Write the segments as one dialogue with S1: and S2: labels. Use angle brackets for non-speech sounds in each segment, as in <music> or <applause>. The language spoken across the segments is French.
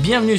S1: Bienvenue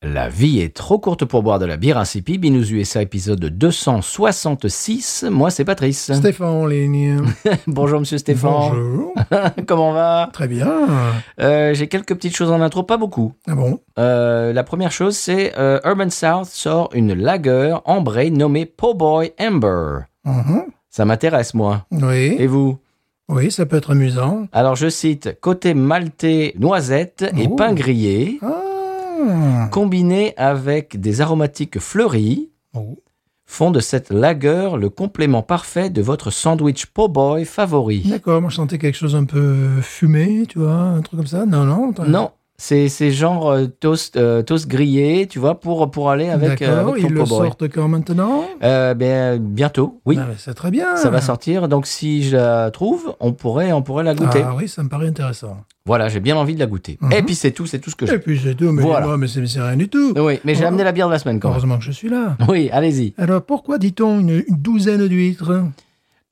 S1: La vie est trop courte pour boire de la bière à Sipi, Binous USA épisode 266. Moi, c'est Patrice.
S2: Stéphane Ligne.
S1: <laughs> Bonjour, monsieur Stéphane.
S2: Bonjour.
S1: <laughs> Comment on va
S2: Très bien.
S1: Euh, J'ai quelques petites choses en intro, pas beaucoup.
S2: Ah bon
S1: Euh, la première chose, c'est euh, Urban South sort une lager ambrée nommée Po' Boy Amber.
S2: Mhm.
S1: Ça m'intéresse, moi.
S2: Oui.
S1: Et vous
S2: Oui, ça peut être amusant.
S1: Alors, je cite côté maltais, noisette et
S2: Oh.
S1: pain grillé,
S2: Ah.
S1: combiné avec des aromatiques fleuries,
S2: Oh.
S1: font de cette lager le complément parfait de votre sandwich Po' Boy favori.
S2: D'accord, moi je sentais quelque chose un peu fumé, tu vois, un truc comme ça. Non, non. t'as-
S1: Non, c'est c'est genre euh, toast, euh, toast grillé, tu vois, pour, pour aller avec, euh,
S2: D'accord,
S1: avec ton
S2: ils le
S1: Po' Boy.
S2: sortent quand maintenant
S1: Euh, ben, bientôt, oui.
S2: Ah, mais c'est très bien.
S1: Ça va sortir, donc si je la trouve, on pourrait, on pourrait la goûter.
S2: Ah oui, ça me paraît intéressant.
S1: Voilà, j'ai bien envie de la goûter.
S2: Mhm.
S1: Et puis c'est tout, c'est tout ce que je.
S2: Et puis c'est tout, mais
S1: Voilà.
S2: dis-moi, mais c'est mais c'est rien du tout.
S1: Oui, mais j'ai amené la bière de la semaine quand même.
S2: Heureusement que je suis là.
S1: Oui, allez-y.
S2: Alors pourquoi dit-on une, une douzaine d'huîtres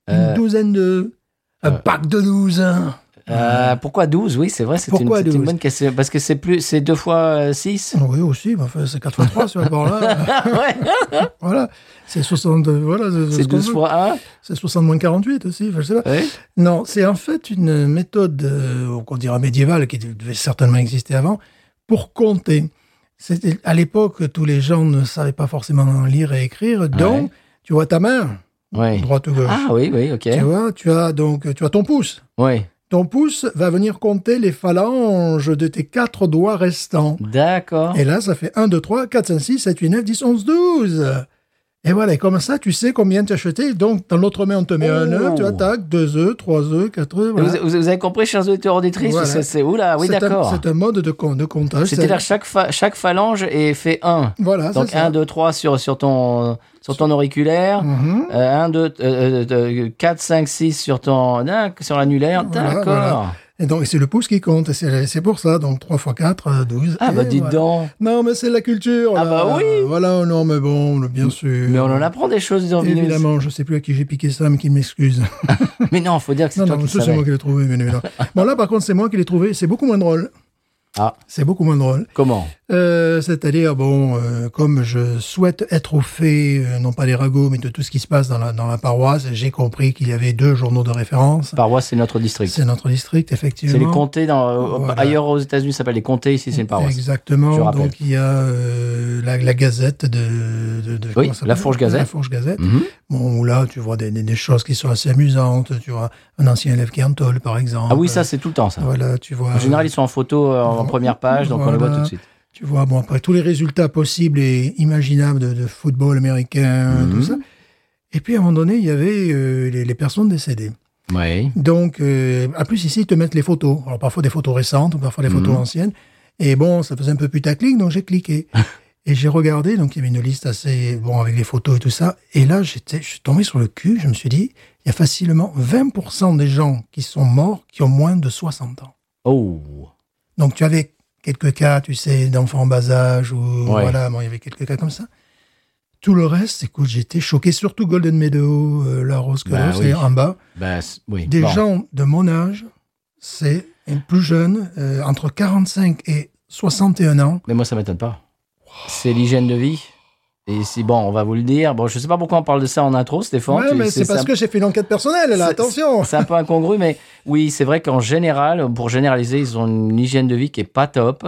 S2: Une
S1: Euh,
S2: douzaine de... Un
S1: euh,
S2: pack de douze
S1: Euh, pourquoi 12 Oui, c'est vrai, c'est une,
S2: Ah. Pourquoi
S1: c'est une
S2: 12?
S1: bonne question. Parce que c'est plus, c'est 2 fois euh,
S2: <laughs>
S1: 6
S2: Oui, aussi, mais enfin, c'est 4 fois 3 sur le bord
S1: <laughs>
S2: là.
S1: Ouais,
S2: voilà, c'est 60, voilà, c'est-
S1: c'est
S2: ce qu'on
S1: 12
S2: veut.
S1: fois 1.
S2: C'est 60 moins 48 aussi, enfin, je sais pas.
S1: Ouais.
S2: Non, c'est en fait une méthode, euh, qu'on dira médiévale, qui devait certainement exister avant, pour compter. C'était- À l'époque, tous les gens ne savaient pas forcément lire et écrire, donc tu vois ta main,
S1: Ouais.
S2: droite ou gauche.
S1: Ah oui, oui, ok.
S2: Tu vois, tu as donc tu as ton pouce.
S1: Oui.
S2: Ton pouce va venir compter les phalanges de tes quatre doigts restants.
S1: D'accord.
S2: Et là, ça fait 1, 2, 3, 4, 5, 6, 7, 8, 9, 10, 11, 12. Et voilà, et comme ça, tu sais combien t'as acheté. Donc, dans l'autre main, on te met un
S1: Oh.
S2: œuf, tu attaques 2 œufs, 3 œufs, 4 œufs.
S1: Vous,
S2: Voilà.
S1: vous- vous avez compris, chers auditeurs auditrices
S2: Voilà.
S1: c'est, c'est- Oula, oui,
S2: C'est un-
S1: d'accord.
S2: C'est un mode de, com- de comptage.
S1: C'était
S2: C'est-
S1: là, chaque, fa- chaque phalange et fait 1.
S2: Voilà,
S1: Donc
S2: c'est ça.
S1: 1, 2, 3 sur, sur, ton, sur ton auriculaire. Euh,
S2: Mhm.
S1: 1, 2, 4, 5, 6 sur ton non, sur l'annulaire.
S2: Voilà,
S1: D'accord.
S2: voilà. Et donc, c'est le pouce qui compte. et C'est c'est pour ça. Donc, 3 x 4, 12.
S1: Ah
S2: euh, Et
S1: bah dites
S2: voilà.
S1: donc.
S2: Non, mais c'est la culture.
S1: Ah
S2: là.
S1: bah oui.
S2: Voilà, non, mais bon, le- bien sûr.
S1: Mais on en apprend des choses dans Vinous.
S2: Évidemment, je sais plus à qui j'ai piqué ça, mais qu'il m'excuse.
S1: Mais non, faut dire que c'est
S2: Non,
S1: toi
S2: non,
S1: qui
S2: ça c'est
S1: savais.
S2: moi qui l'ai trouvé,
S1: <laughs>
S2: bien évidemment. bon, là, par contre, c'est moi qui l'ai trouvé. C'est beaucoup moins drôle.
S1: Ah.
S2: C'est beaucoup moins drôle.
S1: Comment
S2: Euh, C'est-à-dire, bon, euh, comme je souhaite être au fait, euh, non pas des ragots, mais de tout ce qui se passe dans la, dans la paroisse, j'ai compris qu'il y avait deux journaux de référence.
S1: Paroisse, c'est notre district.
S2: C'est notre district, effectivement.
S1: C'est les comtés. Dans,
S2: Voilà.
S1: Ailleurs aux États-Unis, ça s'appelle les comtés. Ici, c'est une paroisse. Je
S2: Exactement.
S1: rappelle.
S2: Donc, il y a euh, la, la Gazette de... de, de- comment ça
S1: la
S2: s'appelle
S1: Fourche Gazette.
S2: La Fourche Gazette.
S1: Mhm.
S2: Bon, où là, tu vois des, des- des choses qui sont assez amusantes. Tu vois un ancien élève qui est en tôle, par exemple.
S1: Ah oui, ça, c'est tout le temps, ça.
S2: Voilà, tu vois...
S1: En général, ils sont en photo euh, en
S2: Voilà.
S1: première page, donc on les voit tout de suite.
S2: Tu vois, bon, après, tous les résultats possibles et imaginables de, de football américain,
S1: Mhm.
S2: tout ça. Et puis, à un moment donné, il y avait euh, les, les personnes décédées.
S1: Oui.
S2: Donc, euh, à plus, ici, ils te mettent les photos. Alors, parfois des photos récentes, ou parfois des photos anciennes. Et bon, ça faisait un peu putaclic, donc j'ai cliqué. et j'ai regardé, donc il y avait une liste assez, bon, avec les photos et tout ça. Et là, j'étais, je suis tombé sur le cul, je me suis dit, il y a facilement 20% des gens qui sont morts qui ont moins de 60 ans.
S1: Oh.
S2: Donc tu avais quelques cas, tu sais, d'enfants en bas âge ou
S1: Ouais.
S2: voilà, bon, il y avait quelques cas comme ça. Tout le reste, écoute, j'étais choqué, surtout Golden Meadow, euh, La Rose
S1: Bah
S2: Color,
S1: oui.
S2: c'est en bas.
S1: Bah, c'est- oui.
S2: Des
S1: Bon.
S2: gens de mon âge, c'est et plus jeunes, euh, entre 45 et 61 ans.
S1: Mais moi, ça m'étonne pas. C'est l'hygiène de vie. Et si, bon, on va vous le dire. Bon, je sais pas pourquoi on parle de ça en intro, Stéphane.
S2: ouais,
S1: Tu-
S2: mais c'est parce
S1: ça-
S2: que j'ai fait une enquête personnelle, là,
S1: C'est-
S2: attention
S1: C'est un peu incongru, mais oui, c'est vrai qu'en général, pour généraliser, ils ont une hygiène de vie qui est pas top.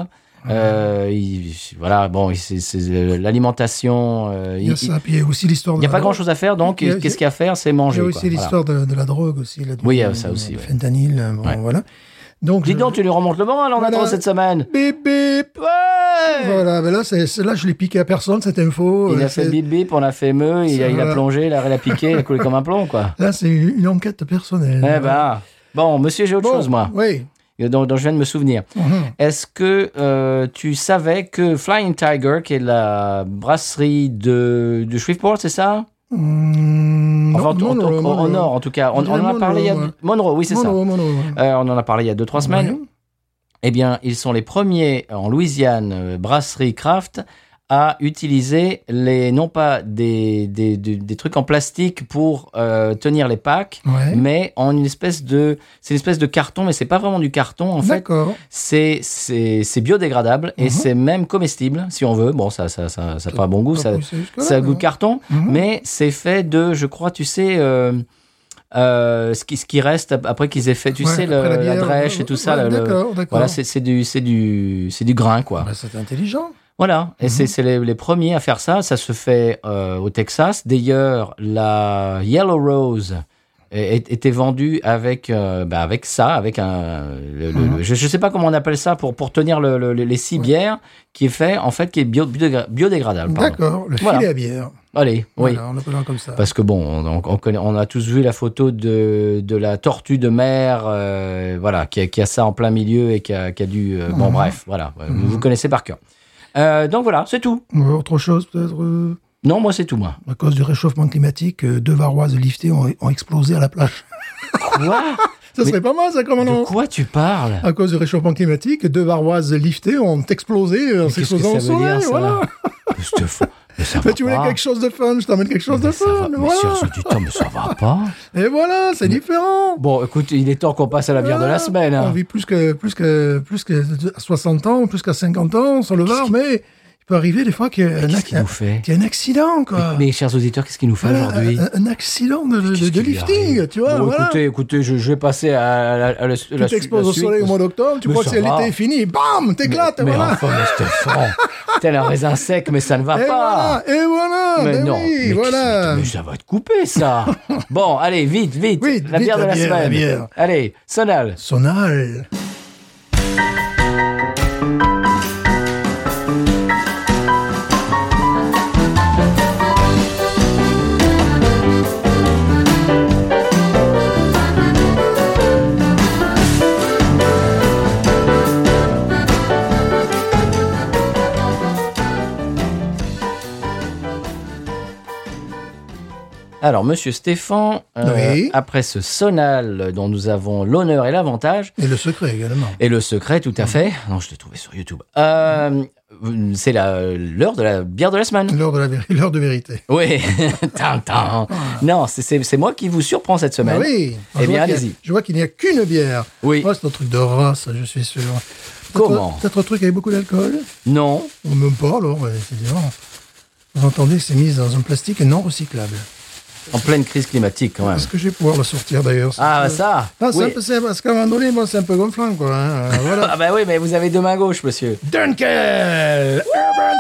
S1: Euh, ils- voilà, bon, ils- c'est c'est, euh, l'alimentation. euh,
S2: Il y a
S1: ils-
S2: ça, puis il y a aussi l'histoire
S1: il
S2: de
S1: n'y a
S2: la
S1: pas
S2: drogue.
S1: grand chose à faire, donc
S2: Il y a-
S1: qu'est-ce qu'il y a à faire C'est
S2: Il y
S1: manger.
S2: a
S1: quoi,
S2: aussi
S1: voilà.
S2: l'histoire de, de la drogue aussi, la
S1: Oui, il y a
S2: drogue,
S1: ça
S2: le-
S1: aussi,
S2: le
S1: ouais.
S2: fentanyl, bon,
S1: Ouais.
S2: voilà. Donc,
S1: Dis
S2: je-
S1: donc, tu lui remontes le moral en
S2: Voilà.
S1: intro cette semaine.
S2: Bip, bip
S1: Ouais
S2: Voilà, mais là, c'est, c'est- là je l'ai piqué à personne, cette info.
S1: Il
S2: Euh,
S1: a fait
S2: c'est-
S1: bip bip, on a fait meu, il, a- il a
S2: Voilà.
S1: plongé, il a, il a piqué, il a
S2: <laughs>
S1: coulé comme un plomb, quoi.
S2: Là, c'est une enquête personnelle.
S1: Eh ben, bon, monsieur, j'ai Eh ben, autre
S2: Bon,
S1: chose, moi.
S2: Oui.
S1: dont, dont je viens de me souvenir. Est-ce que euh, tu savais que Flying Tiger, qui est la brasserie de, de Shreveport, c'est ça
S2: Mmh,
S1: Enfin, en,
S2: non,
S1: en-
S2: Monroe,
S1: en- en-
S2: Monroe.
S1: en or, en tout cas. On,
S2: Je
S1: on en
S2: dirais
S1: a parlé il y a...
S2: Monroe,
S1: Monroe, oui, c'est ça.
S2: Monroe, Monroe, ouais.
S1: Euh, on en a parlé il y a deux, trois semaines.
S2: Ouais.
S1: Eh bien, ils sont les premiers en Louisiane, euh, brasserie craft, à utiliser les, non pas des, des, des- des trucs en plastique pour euh, tenir les packs,
S2: Ouais.
S1: mais en une espèce de, c'est une espèce de carton, mais c'est pas vraiment du carton, en fait.
S2: D'accord.
S1: C'est, c'est, c'est biodégradable et
S2: Mhm.
S1: c'est même comestible, si on veut. Bon, ça, ça, ça, ça a pas bon goût, ça, ça a goût de carton,
S2: Mhm.
S1: mais c'est fait de, je crois, tu sais, euh, euh, ce, qui, ce qui reste ap- après qu'ils aient fait, tu sais, le- la, drèche et tout ça. le- le-
S2: D'accord, d'accord.
S1: voilà, c'est c'est du, c'est du, c'est du grain, quoi.
S2: Bah, c'est intelligent.
S1: Voilà, et
S2: Mhm.
S1: c'est- c'est les, les premiers à faire ça. Ça se fait euh, au Texas. D'ailleurs, la Yellow Rose est- est- était vendue avec, euh, bah, avec ça, avec un. le- le-
S2: Mhm.
S1: le- je ne sais pas comment on appelle ça pour, pour tenir le- le- les six
S2: Ouais.
S1: bières, qui est fait, en fait, qui est bio- biodégra- biodégradable. pardon.
S2: D'accord, le
S1: Voilà.
S2: filet à bière.
S1: Allez, oui.
S2: Voilà, en l'appellant comme ça.
S1: Parce que bon, on, on- on connaît- on a tous vu la photo de, de la tortue de mer, euh, voilà, qui a, qui a ça en plein milieu et qui a, qui a dû. euh, Bon,
S2: Mhm.
S1: bref, voilà, euh, vous,
S2: Mhm.
S1: vous connaissez par cœur. Euh, donc voilà, c'est tout.
S2: Euh, Autre chose, peut-être, euh,
S1: Non, moi, c'est tout, moi.
S2: à cause du réchauffement climatique, euh, deux varoises liftées ont, ont explosé à la plage. Ah,
S1: Quoi
S2: Ça
S1: Mais-
S2: serait pas mal, ça, comme
S1: De
S2: annonce.
S1: quoi tu parles
S2: À cause du réchauffement climatique, deux varoises liftées ont explosé euh, en
S1: Mais qu'est-ce que
S2: s'explosant au
S1: ça veut
S2: soleil.
S1: dire, ça
S2: voilà.
S1: Mais c'est fou- mais ça
S2: Mais
S1: va
S2: tu voulais
S1: pas.
S2: quelque chose de fun, je t'emmène quelque chose de
S1: Mais ça va-
S2: fun.
S1: mais sur
S2: voilà.
S1: ce du temps, mais ça va pas.
S2: Et voilà, c'est différent.
S1: Bon, écoute, il est temps qu'on passe à la bière de la
S2: Voilà.
S1: semaine. hein.
S2: Ah, On vit plus que, plus que, plus que à 60 ans, plus qu'à 50 ans sur le
S1: Qu'est-ce
S2: Var,
S1: qui-
S2: mais il peut arriver des fois qu'il y a un,
S1: Qu'est-ce
S2: ac-
S1: qu'il nous fait
S2: qu'il y a un accident, quoi.
S1: Mais- Mes chers auditeurs, qu'est-ce qu'il nous fait
S2: Voilà,
S1: aujourd'hui
S2: un, un accident de, de-
S1: Qu'est-ce
S2: de
S1: qui lui
S2: lifting,
S1: arrive
S2: tu vois.
S1: Bon,
S2: voilà.
S1: Écoutez, écoutez, je, je vais passer à la, à la, à la
S2: tu t'exposes
S1: la
S2: au soleil au mois d'octobre, tu
S1: Mais
S2: crois
S1: ça
S2: que c'est
S1: va.
S2: l'été est fini, bam, t'éclates,
S1: Mais
S2: voilà.
S1: enfin, mais c'est
S2: <laughs>
S1: franc. Tel un raisin sec, mais ça ne va
S2: et
S1: pas.
S2: voilà, et voilà,
S1: Mais
S2: ben
S1: non,
S2: oui,
S1: mais, qu'est-ce-
S2: voilà.
S1: mais ça va te couper,
S2: <laughs>
S1: ça. bon, allez, vite, vite.
S2: Oui,
S1: la
S2: vite,
S1: bière
S2: la
S1: de la
S2: bière, la
S1: semaine.
S2: bière.
S1: Allez, Sonal.
S2: Sonal.
S1: Alors, monsieur Stéphane, euh,
S2: Oui.
S1: après ce Sonal dont nous avons l'honneur et l'avantage,
S2: Et le secret également.
S1: et le secret, tout à fait. Non, je l'ai trouvé sur YouTube. Euh, c'est la- l'heure de la bière de la semaine.
S2: L'heure de, la vér- l'heure de vérité.
S1: Oui, <laughs> Tintin. Non, c'est- c'est c'est moi qui vous surprends cette
S2: Ah
S1: semaine. Eh
S2: oui. Je
S1: bien,
S2: vois qu'il y a-
S1: allez-y.
S2: Je vois qu'il n'y a qu'une bière.
S1: Oui.
S2: Oh, c'est un truc de race, je suis sûr. Peut-être-
S1: Comment
S2: Peut-être un truc avec beaucoup d'alcool
S1: Non.
S2: Ou même pas, alors, ouais, hein, c'est différent. Vous entendez que c'est mis dans un plastique non recyclable.
S1: En pleine crise climatique, quand même.
S2: Est-ce que je vais pouvoir la sortir d'ailleurs
S1: Ah,
S2: Euh,
S1: ça
S2: Non, c'est
S1: Oui.
S2: un peu- c'est- parce qu'à un moment donné, moi, c'est un peu gonflant, quoi. hein, euh,
S1: <laughs>
S2: voilà.
S1: Ah bah oui, mais vous avez deux mains gauches, monsieur.
S2: Dunkel Urban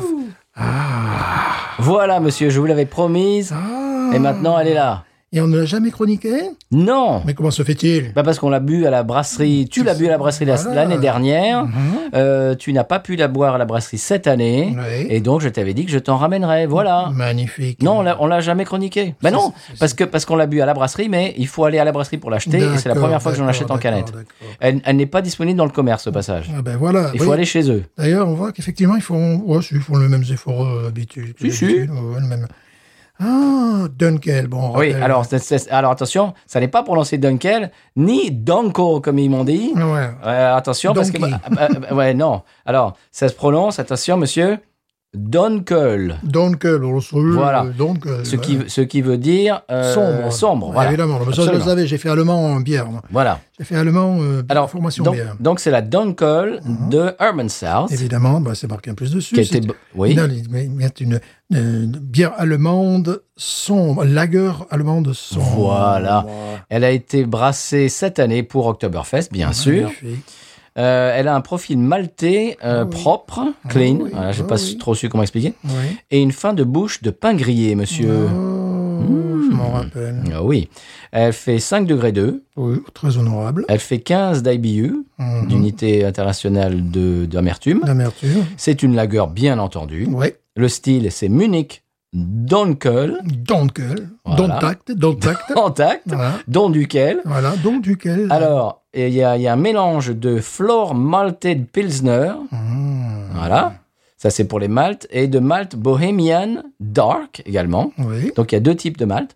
S2: South
S1: Eh Voilà, monsieur, je vous l'avais promise.
S2: Ah.
S1: Et maintenant, elle est là.
S2: Et on ne l'a jamais chroniqué
S1: Non
S2: Mais comment se fait-il
S1: bah parce qu'on l'a bu à la brasserie, tu l'as bu à la brasserie la-
S2: Voilà. Mhm.
S1: l'année dernière, Euh, tu n'as pas pu la boire à la brasserie cette année,
S2: Oui.
S1: et donc je t'avais dit que je t'en ramènerais, voilà.
S2: Magnifique.
S1: Non, on l'a- on l'a jamais chroniqué. Bah
S2: Ça,
S1: non,
S2: c'est- c'est-
S1: parce que parce qu'on l'a bu à la brasserie, mais il faut aller à la brasserie pour l'acheter, et c'est la
S2: D'accord,
S1: première fois que j'en
S2: d'accord,
S1: achète en
S2: d'accord,
S1: canette.
S2: d'accord.
S1: Elle, elle n'est pas disponible dans le commerce, au passage.
S2: Ah ben voilà.
S1: Il
S2: oui.
S1: faut aller chez eux.
S2: D'ailleurs, on voit qu'effectivement, ils font, ouais, si, ils font le même effort euh, habitude. que
S1: Si, si.
S2: d'habitude, ouais, le même. Ah, ben Dunkel, bon. on
S1: Oui,
S2: rappelle.
S1: alors, c'est- c'est- alors attention, ça n'est pas prononcé Dunkel, ni Danko, comme ils m'ont dit.
S2: Ah ouais.
S1: Euh, attention,
S2: Donkey.
S1: parce que. bah, bah, bah, ouais, non. Alors, ça se prononce, attention, monsieur, Dunkel.
S2: Dunkel, on le sait.
S1: Voilà.
S2: euh, Dunkel.
S1: Ce
S2: ouais.
S1: qui, ce qui veut dire. euh,
S2: Sombre.
S1: Sombre,
S2: Ouais,
S1: voilà.
S2: Évidemment, mais ça, je le
S1: Absolument.
S2: savais, j'ai fait allemand en bière. moi.
S1: Voilà.
S2: J'ai fait allemand euh,
S1: Alors,
S2: formation
S1: donc,
S2: bière.
S1: donc c'est la Dunkel de Urban South.
S2: Mhm. Évidemment, bah, c'est marqué un plus dessus.
S1: Qui était,
S2: c'est-
S1: oui.
S2: Non, il- mais- mais une, euh, une bière allemande sombre, lager allemande sombre.
S1: Voilà. Elle a été brassée cette année pour Oktoberfest, bien sûr.
S2: Magnifique.
S1: Euh, elle a un profil maltais euh,
S2: Ah oui.
S1: propre, clean.
S2: oui,
S1: Voilà, J'ai
S2: ah
S1: pas
S2: oui.
S1: trop su comment expliquer.
S2: Oui.
S1: Et une fin de bouche de pain grillé, monsieur. euh,
S2: Oh, Je m'en rappelle.
S1: Ah oui. Elle fait 5 degrés 2.
S2: Oui, très honorable.
S1: Elle fait 15 d'IBU,
S2: Mhm.
S1: d'unité internationale de- d'amertume.
S2: D'amertume.
S1: C'est une lagueur, bien entendu.
S2: Oui.
S1: Le style, c'est Munich Dunkel,
S2: Donc, euh,
S1: Voilà.
S2: donc tact, donc tact.
S1: Contact,
S2: <laughs> voilà.
S1: don duquel.
S2: voilà, donc duquel.
S1: Alors, et il y, a il y a un mélange de Flore Malted Pilsner,
S2: Mmh,
S1: voilà, ça c'est pour les maltes, et de malt Bohemian Dark également.
S2: Oui.
S1: Donc il y a deux types de malt.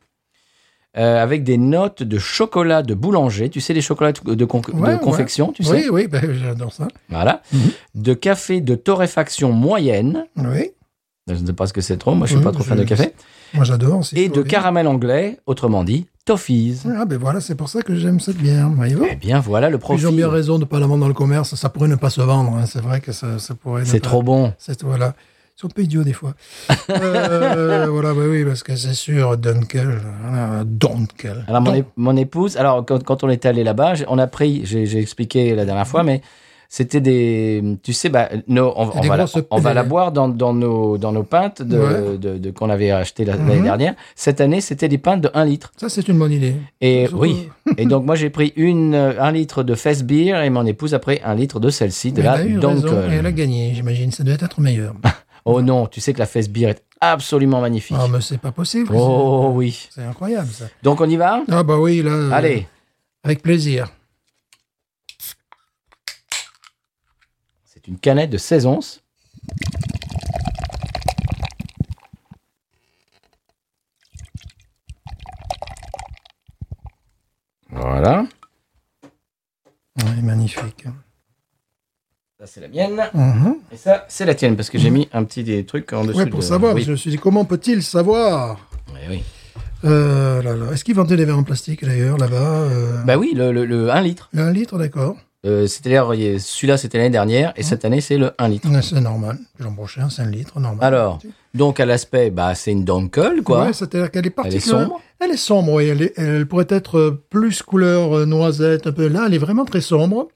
S1: euh, avec des notes de chocolat de boulanger, tu sais les chocolats de, de con- de
S2: Ouais, ouais.
S1: confection, tu sais,
S2: Oui, oui, ben, j'adore ça.
S1: voilà,
S2: Mhm.
S1: de café de torréfaction moyenne,
S2: Oui.
S1: je ne sais pas ce que c'est trop, moi je suis
S2: Oui,
S1: pas trop fan
S2: Mhm. je-
S1: de café,
S2: Moi, j'adore. c'est
S1: et de
S2: joli.
S1: caramel anglais, autrement dit toffees.
S2: Ah, ben voilà, c'est pour ça que j'aime cette bière. Voyez-vous
S1: Eh bien voilà le profil.
S2: Ils ont bien raison de ne pas la vendre dans le commerce. Ça pourrait ne pas se vendre. hein. C'est vrai que ça, ça pourrait. ne
S1: C'est
S2: pas-
S1: trop bon.
S2: C'est voilà. Ils sont un peu idiots des fois. Euh, voilà, oui, oui, parce que c'est sûr, Dunkel, voilà, Dunkel.
S1: Alors mon,
S2: Dun-
S1: ép- mon épouse, alors quand, quand on est allé là-bas, j'ai- on a pris, j'ai j'ai expliqué la dernière fois, mais c'était des, tu sais, bah, nos- on, on
S2: Des
S1: va la,
S2: grosses
S1: on va la
S2: pelles.
S1: boire dans, dans nos dans nos pintes de,
S2: Ouais.
S1: de- de- qu'on avait acheté la- l'année
S2: Mhm.
S1: dernière. Cette année, c'était des pintes de 1 litre.
S2: Ça, c'est une bonne idée.
S1: Et
S2: Je-
S1: oui. Et donc moi j'ai pris une euh, un litre de Fest Beer et mon épouse a pris un litre de celle-ci de
S2: Elle
S1: la
S2: a eu
S1: donc
S2: raison et elle a gagné, j'imagine. Ça doit être meilleur.
S1: Oh non, tu sais que la Fest Beer est absolument magnifique.
S2: Ah, mais c'est pas possible.
S1: oh oui.
S2: C'est- C'est incroyable, ça.
S1: Donc on y va.
S2: Ah, bah oui, là. euh,
S1: Allez,
S2: Avec plaisir.
S1: c'est une canette de 16 onces. Voilà.
S2: Oui, magnifique.
S1: Ça, c'est la mienne.
S2: Mhm.
S1: Et ça, c'est la tienne, parce que j'ai mis un petit des trucs en dessous.
S2: Mmh. Ouais, pour
S1: de-
S2: savoir,
S1: Oui.
S2: parce que je me suis dit, comment peut-il savoir
S1: Ouais, oui.
S2: Euh, là, là. Est-ce qu'ils vendaient des verres en plastique d'ailleurs là-bas euh,
S1: Bah oui, le, le, le 1 litre.
S2: Un litre, d'accord.
S1: Euh, c'était d'ailleurs, il y a- celui-là, c'était l'année dernière, et cette année, c'est le 1 litre.
S2: Ouais, C'est normal. J'en brochais un, c'est un litre, normal.
S1: Alors, donc à l'aspect, bah, c'est une Dunkel, quoi.
S2: Ouais, c'est-à-dire
S1: Elle
S2: qu'elle est
S1: est
S2: particulière.
S1: sombre.
S2: Elle est sombre, oui. Elle, est- elle pourrait être euh, plus couleur euh, noisette, un peu là. Elle est vraiment très sombre.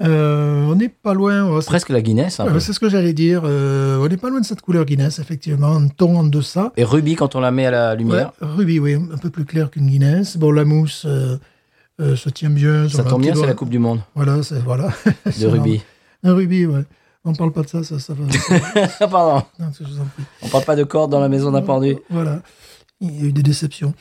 S2: Euh, on n'est pas loin. ouais, c'est-
S1: Presque la Guinness, un
S2: ouais,
S1: peu.
S2: c'est ce que j'allais dire. euh, on n'est pas loin de cette couleur Guinness, effectivement. Un ton en deçà.
S1: Et Ruby, quand on la met à la
S2: Ouais,
S1: lumière,
S2: rubis, oui, un peu plus clair qu'une Guinness. Bon, la mousse euh, euh, se tient bien. sur
S1: ça
S2: un
S1: tombe
S2: petit
S1: bien, c'est
S2: doigt.
S1: la Coupe du Monde
S2: Voilà, c'est voilà. <laughs> C'est
S1: de Ruby.
S2: Un rubis, ouais. On parle pas de ça, ça,
S1: <laughs>
S2: ça va.
S1: Ah, <laughs> pardon.
S2: Non, je vous en prie.
S1: On parle pas de corde dans la maison d'un pendu.
S2: Voilà. Il y a eu des déceptions.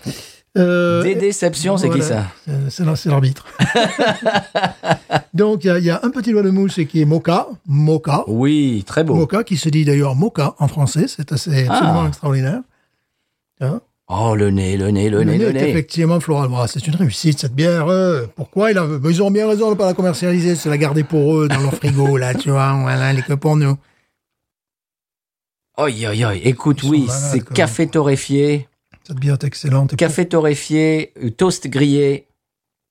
S2: Euh,
S1: Des déceptions, c'est qui
S2: voilà.
S1: ça
S2: Euh, C'est l'ar- c'est l'arbitre.
S1: <laughs>
S2: Donc, il y, a- il y a un petit doigt de mousse qui est mocha. Mocha.
S1: Oui, très beau.
S2: Mocha, qui se dit d'ailleurs mocha en français. C'est assez absolument
S1: Oh. Ah.
S2: extraordinaire. Hein
S1: Oh, le nez, le nez, le, nez,
S2: Le
S1: le
S2: nez est
S1: nez.
S2: effectivement floral. Voilà, c'est une réussite, cette bière. euh. pourquoi ils, en veulent Ben, ils ont bien raison de ne pas la commercialiser, de se la garder pour eux dans leur frigo, là, tu vois. Voilà, elle est que pour nous.
S1: Oi, oi, oi. Écoute,
S2: Ils sont
S1: oui,
S2: malades,
S1: c'est
S2: quand même.
S1: café torréfié,
S2: Cette bière est excellente. Et
S1: café torréfié, euh, toast grillé,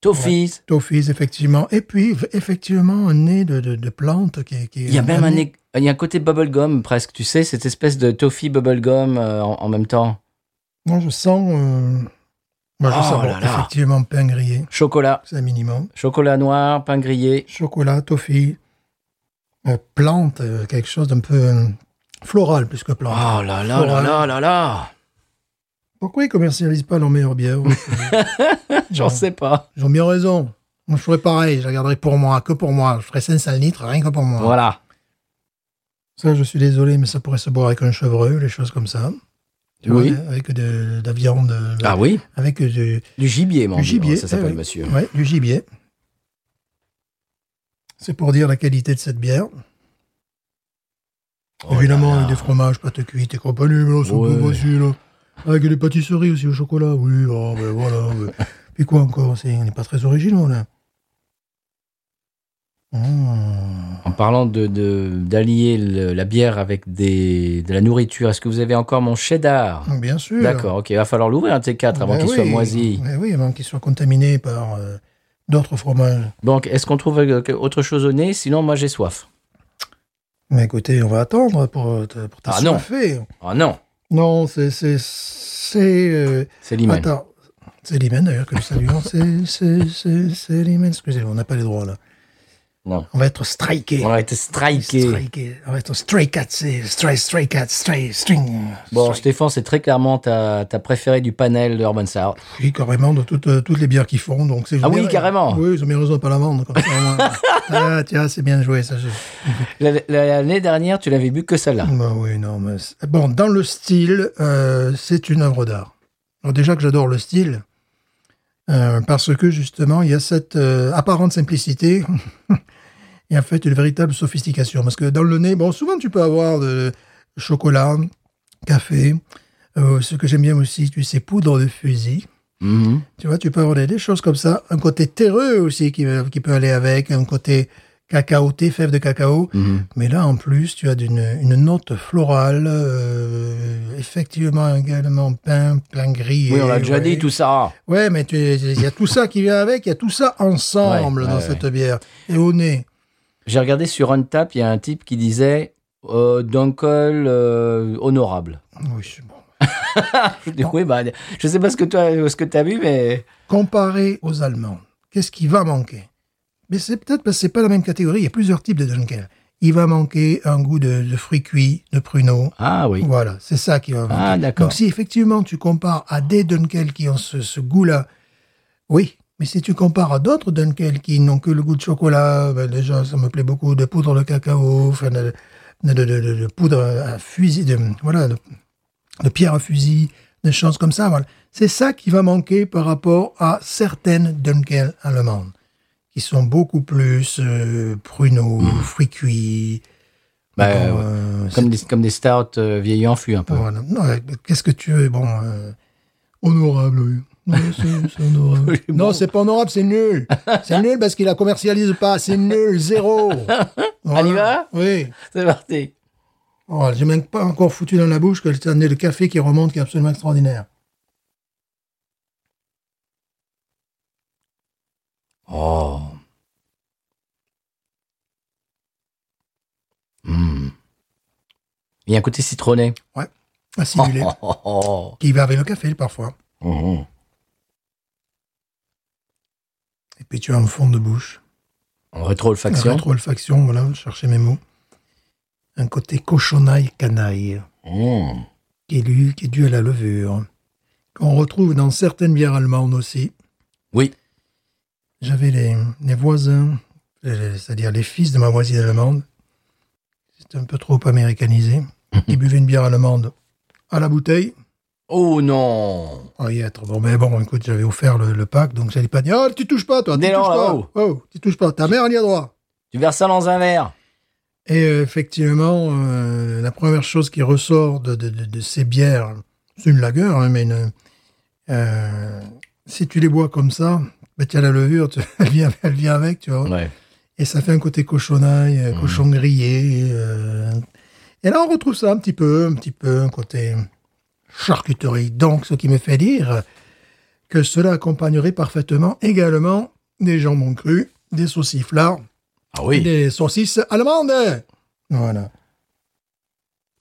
S1: toffees.
S2: Toffees, effectivement. Et puis, v- effectivement, un nez de, de, de plante qui, est- qui est-
S1: Il y a même un, é- il y a un côté bubblegum presque, tu sais, cette espèce de toffee bubblegum euh, en, en même temps.
S2: Moi, je sens. euh, moi, je
S1: Oh
S2: sens bon,
S1: là là.
S2: effectivement pain grillé,
S1: Chocolat,
S2: c'est un minimum.
S1: chocolat noir, pain grillé.
S2: Chocolat, toffee, euh, plante, euh, quelque chose d'un peu euh, floral plus que
S1: Oh
S2: plante.
S1: là là là
S2: Floral.
S1: là là là.
S2: Pourquoi ils commercialisent pas leurs meilleures bières
S1: <laughs> J'en
S2: Ouais.
S1: sais pas.
S2: Ils ont bien raison. Moi, je ferais pareil, je la garderais pour moi, que pour moi. Je ferais 500 litres, rien que pour moi.
S1: Voilà.
S2: Ça, je suis désolé, mais ça pourrait se boire avec un chevreuil, les choses comme ça. Tu
S1: Oui.
S2: vois, avec de, de la viande, de-
S1: Ah oui.
S2: avec du,
S1: Du gibier, mon Oh,
S2: Du gibier,
S1: Ça s'appelle,
S2: eh oui.
S1: monsieur.
S2: Ouais, du gibier. C'est pour dire la qualité de cette bière.
S1: Oh là
S2: Évidemment,
S1: là.
S2: avec des fromages pâte cuite et compagnie, mais là, c'est
S1: Ouais.
S2: pas facile. hein. Avec des pâtisseries aussi au chocolat, oui, ah, ben
S1: <laughs>
S2: voilà. ouais. Puis quoi encore c'est- On n'est pas très originaux, là. Mmh.
S1: En parlant de de- d'allier le- la bière avec des, de la nourriture, est-ce que vous avez encore mon cheddar
S2: Bien sûr.
S1: D'accord, ok. Il va falloir l'ouvrir un T4 avant
S2: Ben
S1: qu'il soit
S2: oui.
S1: moisi.
S2: Ben oui, avant qu'il soit contaminé par euh, d'autres fromages.
S1: Donc, est-ce qu'on trouve euh, autre chose au nez Sinon, moi, j'ai soif.
S2: Mais écoutez, on va attendre pour, te- pour
S1: Ah non.
S2: t'assoiffer.
S1: Oh non,
S2: non, c'est... c'est- c'est, euh,
S1: c'est l'hymen.
S2: Attends, c'est Limen d'ailleurs que nous saluons. c'est c'est- c'est- c'est Limen, excusez-moi, on n'a pas les droits là.
S1: Non.
S2: On va être striké.
S1: On a été striké.
S2: Striké. On va être stray cat, c'est stray, stray cat, stray, string.
S1: Bon, Stéphane, c'est très clairement ta, ta préférée du panel de Urban Sour.
S2: Oui, carrément, de toutes, euh, toutes les bières qu'ils font. Donc c'est
S1: Ah oui,
S2: bien-
S1: carrément.
S2: Oui, ils ont bien raison de pas
S1: <laughs>
S2: la vendre. Comme ça, au moins. ah, tiens, c'est bien joué, ça. je-
S1: La- la- L'année dernière, tu l'avais bu que celle-là.
S2: Bah oui, non, mais... c'est- Bon, dans le style, euh, c'est une œuvre d'art. Alors déjà que j'adore le style, euh, parce que justement, il y a cette euh, apparente simplicité <laughs> et en fait une véritable sophistication. Parce que dans le nez, bon, souvent tu peux avoir de chocolat, café, euh, ce que j'aime bien aussi, tu sais, poudre de fusil.
S1: Mhm.
S2: Tu vois, tu peux avoir des, des choses comme ça. Un côté terreux aussi qui, qui peut aller avec, un côté cacaoté, fève de cacao.
S1: Mhm.
S2: Mais là, en plus, tu as d'une, une note florale, euh, effectivement également pain, plein gris.
S1: Oui, on l'a déjà
S2: ouais.
S1: dit, tout ça.
S2: Ouais, mais tu- il y a tout ça qui vient avec, il y a tout ça ensemble
S1: Ouais,
S2: dans
S1: ouais,
S2: cette bière. Et au nez.
S1: J'ai regardé sur Untap, il y a un type qui disait euh, d'uncle euh, honorable.
S2: Oui, c'est bon.
S1: Je dis, oui, bah, je sais pas ce que tu as, ce que t'as vu, mais
S2: Comparé aux Allemands, qu'est-ce qui va manquer Mais c'est peut-être parce que c'est pas la même catégorie. Il y a plusieurs types de Dunkel. Il va manquer un goût de, de fruits cuits, de pruneaux.
S1: ah oui.
S2: Voilà, c'est ça qui va.
S1: Ah,
S2: manquer.
S1: d'accord.
S2: Donc si effectivement tu compares à des Dunkel qui ont ce, ce goût-là, oui. Mais si tu compares à d'autres Dunkel qui n'ont que le goût de chocolat, ben déjà ça me plaît beaucoup, de poudre de cacao, enfin, de, de, de- de- de- de poudre à fusil, de, voilà, de, de pierre à fusil, des choses comme ça. Voilà. C'est ça qui va manquer par rapport à certaines Dunkel allemandes qui sont beaucoup plus euh, pruneaux, fruits cuits.
S1: Bah,
S2: Bon,
S1: Mmh. ouais.
S2: euh,
S1: Comme des, comme des stouts euh, vieillis en fût un peu.
S2: voilà. Non, euh, qu'est-ce que tu veux Bon, euh, honorable, oui. Ouais, c'est- c'est honorable.
S1: <laughs> Oui, bon.
S2: Non, c'est pas honorable, c'est nul. C'est nul parce qu'il la commercialise pas. C'est
S1: <laughs>
S2: nul, zéro.
S1: On y va
S2: Oui.
S1: C'est parti.
S2: Oh, J'ai même pas encore foutu dans la bouche que le le café qui remonte, qui est absolument extraordinaire.
S1: Oh. Hmm. Il y a un côté citronné. <laughs>
S2: Acidulé.
S1: Oh, oh, oh,
S2: Qui va avec le café, parfois.
S1: oh. Mhm.
S2: Et puis tu as un fond de bouche.
S1: En rétro-olfaction.
S2: Une olfaction voilà, je cherchais mes mots. Un côté cochonaille canaille.
S1: Mhm.
S2: Qui est, lui, qui est dû à la levure. Qu'on retrouve dans certaines bières allemandes aussi.
S1: Oui.
S2: J'avais les, les voisins, euh, c'est-à-dire les fils de ma voisine allemande, c'était un peu trop américanisé, qui buvaient une bière allemande à la bouteille.
S1: Oh non
S2: Oh, y être. Bon, mais bon, écoute, j'avais offert le, le pack, donc j'allais pas dire Oh, tu touches pas, toi, tu
S1: Dès
S2: touches
S1: lors,
S2: pas.
S1: là-haut.
S2: Oh, tu touches pas, ta mère, elle y a droit.
S1: Tu verses ça dans un verre
S2: Et euh, effectivement, euh, la première chose qui ressort de, de- de- de ces bières, c'est une lagueur, hein, mais une- euh, si tu les bois comme ça, bah, tu as la levure, tu- <laughs> elle, vient, elle vient avec, tu vois.
S1: Ouais.
S2: Et ça fait un côté cochonaille, euh, cochon grillé. euh, et là, on retrouve ça un petit peu, un petit peu, un côté charcuterie. Donc, ce qui me fait dire que cela accompagnerait parfaitement également des jambons crus, des sauciflards,
S1: Ah oui
S2: des saucisses allemandes. Voilà.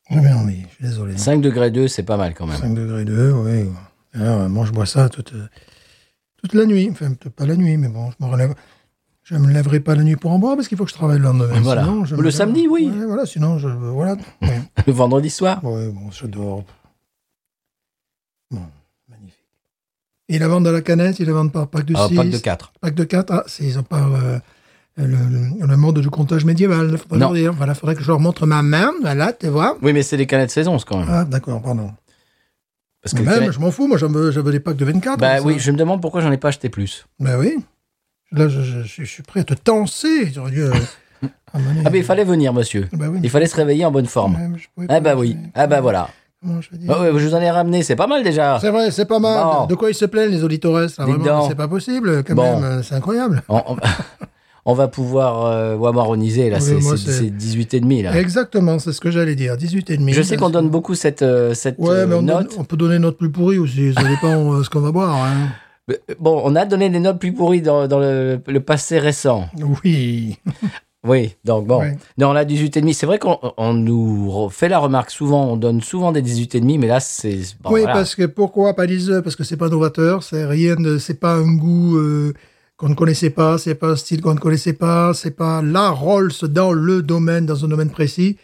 S2: J'ai bien envie, je suis désolé.
S1: 5 degrés 2, c'est pas mal quand même.
S2: 5 degrés 2, oui. Alors, moi, je bois ça toute, euh, toute la nuit. Enfin, peut-être pas la nuit, mais bon, je me relève. Je me lèverai pas la nuit pour en boire parce qu'il faut que je travaille le lendemain.
S1: Voilà.
S2: Sinon, je me
S1: Le
S2: lève.
S1: samedi, oui.
S2: Ouais, voilà, sinon,
S1: <laughs>
S2: je. Voilà. Oui,
S1: Le vendredi soir
S2: Ouais, bon, je dors. Bon, magnifique. Ils la vendent à la canette, ils la vendent par pack de 6.
S1: Ah, Pack de 4.
S2: Pack de 4, ah, c'est- ils ont pas euh, le, le- le mode du comptage médiéval. Faudrait
S1: Non.
S2: leur dire. Voilà, faudrait que je leur montre ma main. Voilà, tu vois.
S1: Oui, mais c'est des canettes saison c'est quand même.
S2: Ah, d'accord, pardon.
S1: Parce que les
S2: Même,
S1: canettes-
S2: Bah, je m'en fous, moi, je veux, je veux des packs de 24.
S1: Bah
S2: comme ça.
S1: oui, je me demande pourquoi j'en ai pas acheté plus.
S2: Ben oui. Là, je, je- je- je suis prêt à te tenser. J'aurais dû. euh, amener-
S1: <laughs> Ah, mais il fallait venir, monsieur.
S2: Ben oui,
S1: Il fallait se réveiller en bonne forme.
S2: mais je pouvais
S1: Ah
S2: pas,
S1: bah
S2: je
S1: oui,
S2: savais
S1: ah bah
S2: pas
S1: voilà.
S2: comment je veux dire.
S1: Ah ouais, je vous en ai ramené, c'est pas mal déjà.
S2: C'est vrai, c'est pas mal.
S1: Bon.
S2: De quoi ils se plaignent, les auditeurs ça,
S1: Dis donc.
S2: Vraiment, c'est pas possible, quand
S1: Bon.
S2: même. euh, C'est incroyable.
S1: On, on- <laughs> on va pouvoir euh, wamaroniser là,
S2: Oui,
S1: c'est
S2: moi,
S1: c'est-
S2: c'est-
S1: c'est 18 et demi là.
S2: Exactement, c'est ce que j'allais dire. 18 et demi.
S1: Je sais qu'on donne beaucoup cette, euh, cette
S2: Ouais,
S1: euh,
S2: mais on, donne-
S1: note.
S2: on peut donner notre plus pourri aussi. Ça dépend euh, ce qu'on va boire. hein.
S1: Mais, euh, Bon, on a donné des notes plus pourries dans, dans le, le passé récent.
S2: Oui.
S1: Oui, donc bon.
S2: Ouais.
S1: Non, là, 18 et demi, c'est vrai qu'on on nous re- fait la remarque souvent, on donne souvent des 18 et demi, mais là, c'est... bon,
S2: oui,
S1: voilà.
S2: parce que pourquoi pas 10 Parce que c'est pas novateur, c'est rien de, c'est pas un goût euh, qu'on ne connaissait pas, c'est pas un style qu'on ne connaissait pas, c'est pas la Rolls dans le domaine, dans un domaine précis.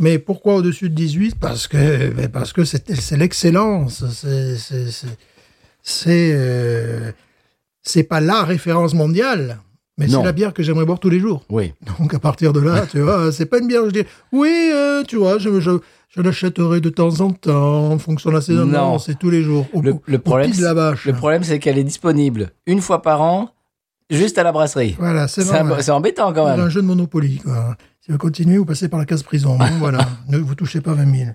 S2: Mais pourquoi au-dessus de 18 Parce que ben, parce que c'est c'est l'excellence. C'est c'est- c'est- c'est euh, c'est pas la référence mondiale, mais
S1: Non.
S2: c'est la bière que j'aimerais boire tous les jours.
S1: Oui.
S2: Donc à partir
S1: <laughs>
S2: de là, tu vois, c'est pas une bière. où Je dis oui, euh, tu vois, je, je, je l'achèterai de temps en temps en fonction de la saison.
S1: Non.
S2: Non, c'est tous les jours. Au,
S1: Le- le
S2: au
S1: problème,
S2: pied de la vache.
S1: Le problème, c'est qu'elle est disponible une fois par an, juste à la brasserie.
S2: Voilà, c'est
S1: C'est
S2: normal.
S1: un- c'est embêtant quand
S2: C'est un
S1: même.
S2: jeu de Monopoly, quoi. Si vous continuez, vous passez par la case
S1: <laughs>
S2: prison. Bon, voilà. Ne vous touchez pas 20 000.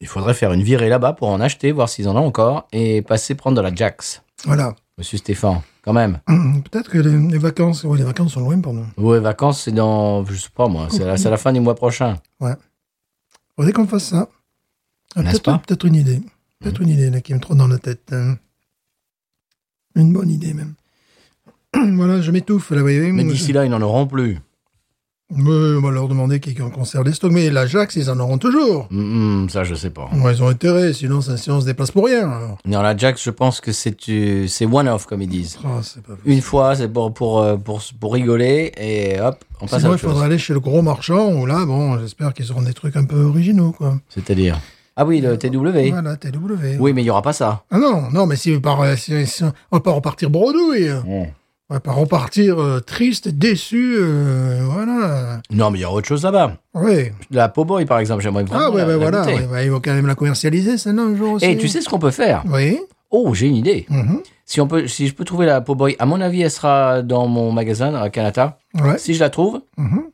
S1: Il faudrait faire une virée là-bas pour en acheter, voir s'ils en ont encore, et passer prendre de la Jax,
S2: Voilà. <clears throat>
S1: monsieur Stéphane, quand même.
S2: Hum, Peut-être que les, les vacances, oui, les vacances sont loin pour nous.
S1: Ouais, vacances, c'est dans, je sais pas moi, c'est à la- c'est à la fin du mois prochain.
S2: Faudrait qu'on fasse ça. Ah,
S1: N'est-ce pas Hmm.
S2: Peut-être peut-être une idée. Peut-être une idée là, qui me trotte dans la tête. hein. Une bonne idée même. <clears throat> voilà, je m'étouffe là, vous voyez.
S1: Mais
S2: Moi,
S1: d'ici là, ils n'en auront plus.
S2: je- Ouais, on va leur demander qui en conserve les stocks. Mais la Jax, ils en auront toujours.
S1: Hum, hum, ça, je sais pas.
S2: Ouais, ils ont intérêt, sinon ça, si on se déplace pour rien. alors.
S1: Non, la Jax, je pense que c'est euh, c'est one-off, comme ils disent.
S2: Oh, c'est pas possible.
S1: Une fois, c'est pour, pour, euh, pour, pour rigoler, et hop, on passe à
S2: Sinon, il
S1: autre chose.
S2: faudra aller chez le gros marchand où là, bon, j'espère qu'ils auront des trucs un peu originaux, quoi.
S1: C'est-à-dire Ah oui, le TW.
S2: Voilà, TW.
S1: Oui, mais il n'y aura pas ça.
S2: Ah non, non, mais si, par, euh, si- si- on va pas repartir bredouille. On va pas repartir euh, triste, déçu, euh, voilà.
S1: Non, mais il y aura autre chose là-bas.
S2: Oui.
S1: La Poboy, par exemple, j'aimerais vraiment
S2: Ah ouais,
S1: la- la
S2: ben voilà.
S1: goûter.
S2: ouais, bah, ils vont quand même la commercialiser, celle-là, un jour aussi.
S1: Et tu sais ce qu'on peut faire
S2: Oui.
S1: Oh, j'ai une idée.
S2: mhm,
S1: Si, on peut, si je peux trouver la Poboy, à mon avis, elle sera dans mon magasin à Canada.
S2: Ouais.
S1: Si je la trouve,
S2: mhm.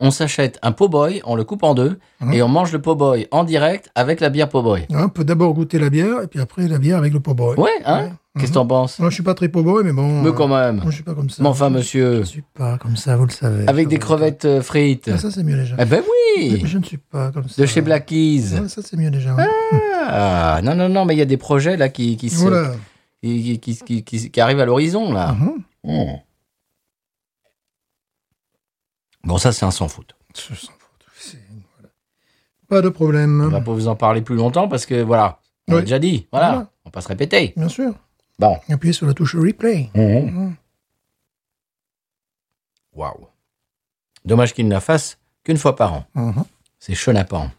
S1: on s'achète un Poboy, on le coupe en deux,
S2: Mhm.
S1: et on mange le Poboy en direct avec la bière Poboy.
S2: Ah, On peut d'abord goûter la bière, et puis après la bière avec le po'boy.
S1: Ouais, hein Qu'est-ce que t'en penses
S2: Moi, je suis pas très po'boy, mais bon.
S1: Mais
S2: euh,
S1: quand même.
S2: Moi, je suis pas comme ça.
S1: Mais enfin, monsieur,
S2: Je suis pas comme ça, vous le savez.
S1: avec des
S2: Ah,
S1: crevettes euh, frites.
S2: ah, ça, c'est mieux déjà.
S1: Eh ben
S2: Mais
S1: oui
S2: je ne suis pas comme ça.
S1: De chez Black Keys.
S2: Ouais, ça, c'est mieux déjà. hein. ouais.
S1: Ah, non, non, non, mais il y a des projets là qui, qui, se-
S2: Voilà.
S1: qui, qui, qui- qui- qui arrivent à l'horizon là.
S2: Mhm.
S1: Oh. Bon, ça, c'est un sans faute.
S2: Je s'en fout. C'est- voilà. Pas de problème.
S1: On va pas vous en parler plus longtemps parce que voilà, on l'a
S2: Oui.
S1: déjà dit. Voilà,
S2: Voilà.
S1: on va se répéter.
S2: Bien sûr.
S1: Bon.
S2: Appuyez sur la touche replay. Mhm.
S1: Waouh. Dommage qu'il ne la fasse qu'une fois par an.
S2: Mhm.
S1: C'est chenapan.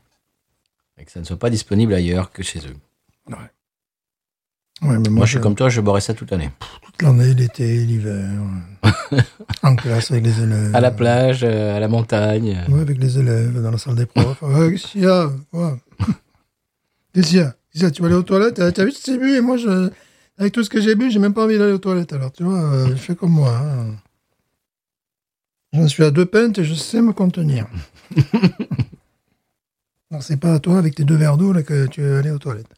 S1: Et que ça ne soit pas disponible ailleurs que chez eux.
S2: Ouais, mais
S1: Moi, je suis comme toi, je boirais ça toute l'année.
S2: toute l'année,
S1: <laughs>
S2: l'été, l'hiver. en classe avec les élèves.
S1: À la plage, euh, à la montagne. euh,
S2: Ouais, avec les élèves, dans la salle
S1: <laughs>
S2: des profs. Ouais, Qu'est-ce qu'il y a Ouais. <laughs> Qu'est-ce qu'il y a Qu'est-ce qu'il y a Tu vas aller aux toilettes euh, T'as vu ce que j'ai bu Et moi, je... avec tout ce que j'ai bu, j'ai même pas envie d'aller aux toilettes. Alors, tu vois, euh, je fais comme moi. hein. J'en suis à deux pintes et je sais
S1: <laughs>
S2: me contenir. non, c'est pas à toi, avec tes deux verres d'eau, là, que tu veux aller aux toilettes.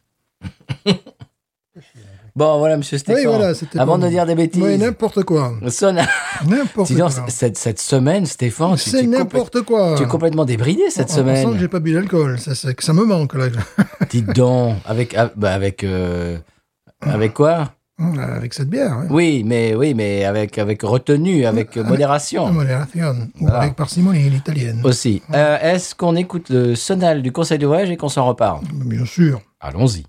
S1: Bon, voilà, monsieur Stéphane.
S2: Oui, voilà, c'était
S1: Avant
S2: pour-
S1: de dire des bêtises.
S2: Ouais, n'importe quoi.
S1: Sona-
S2: N'importe
S1: Sinon,
S2: quoi.
S1: c- cette, cette semaine, Stéphane, Ah, tu, tu
S2: C'est
S1: es compl-
S2: n'importe quoi.
S1: tu es complètement débridé cette
S2: On- on sent que
S1: semaine.
S2: j'ai pas bu d'alcool. Ça, c'est que ça me manque, là.
S1: Dites donc, avec, ah, bah, avec, euh, avec quoi
S2: euh, Avec cette bière, hein. ouais.
S1: Oui, mais oui, mais avec, avec retenue, avec euh,
S2: Ah,
S1: modération
S2: modération. Ou
S1: Voilà.
S2: avec parcimonie, l'italienne.
S1: aussi. Euh, Est-ce qu'on écoute le sonal du Conseil de voyage et qu'on s'en reparle
S2: Bien sûr.
S1: Allons-y.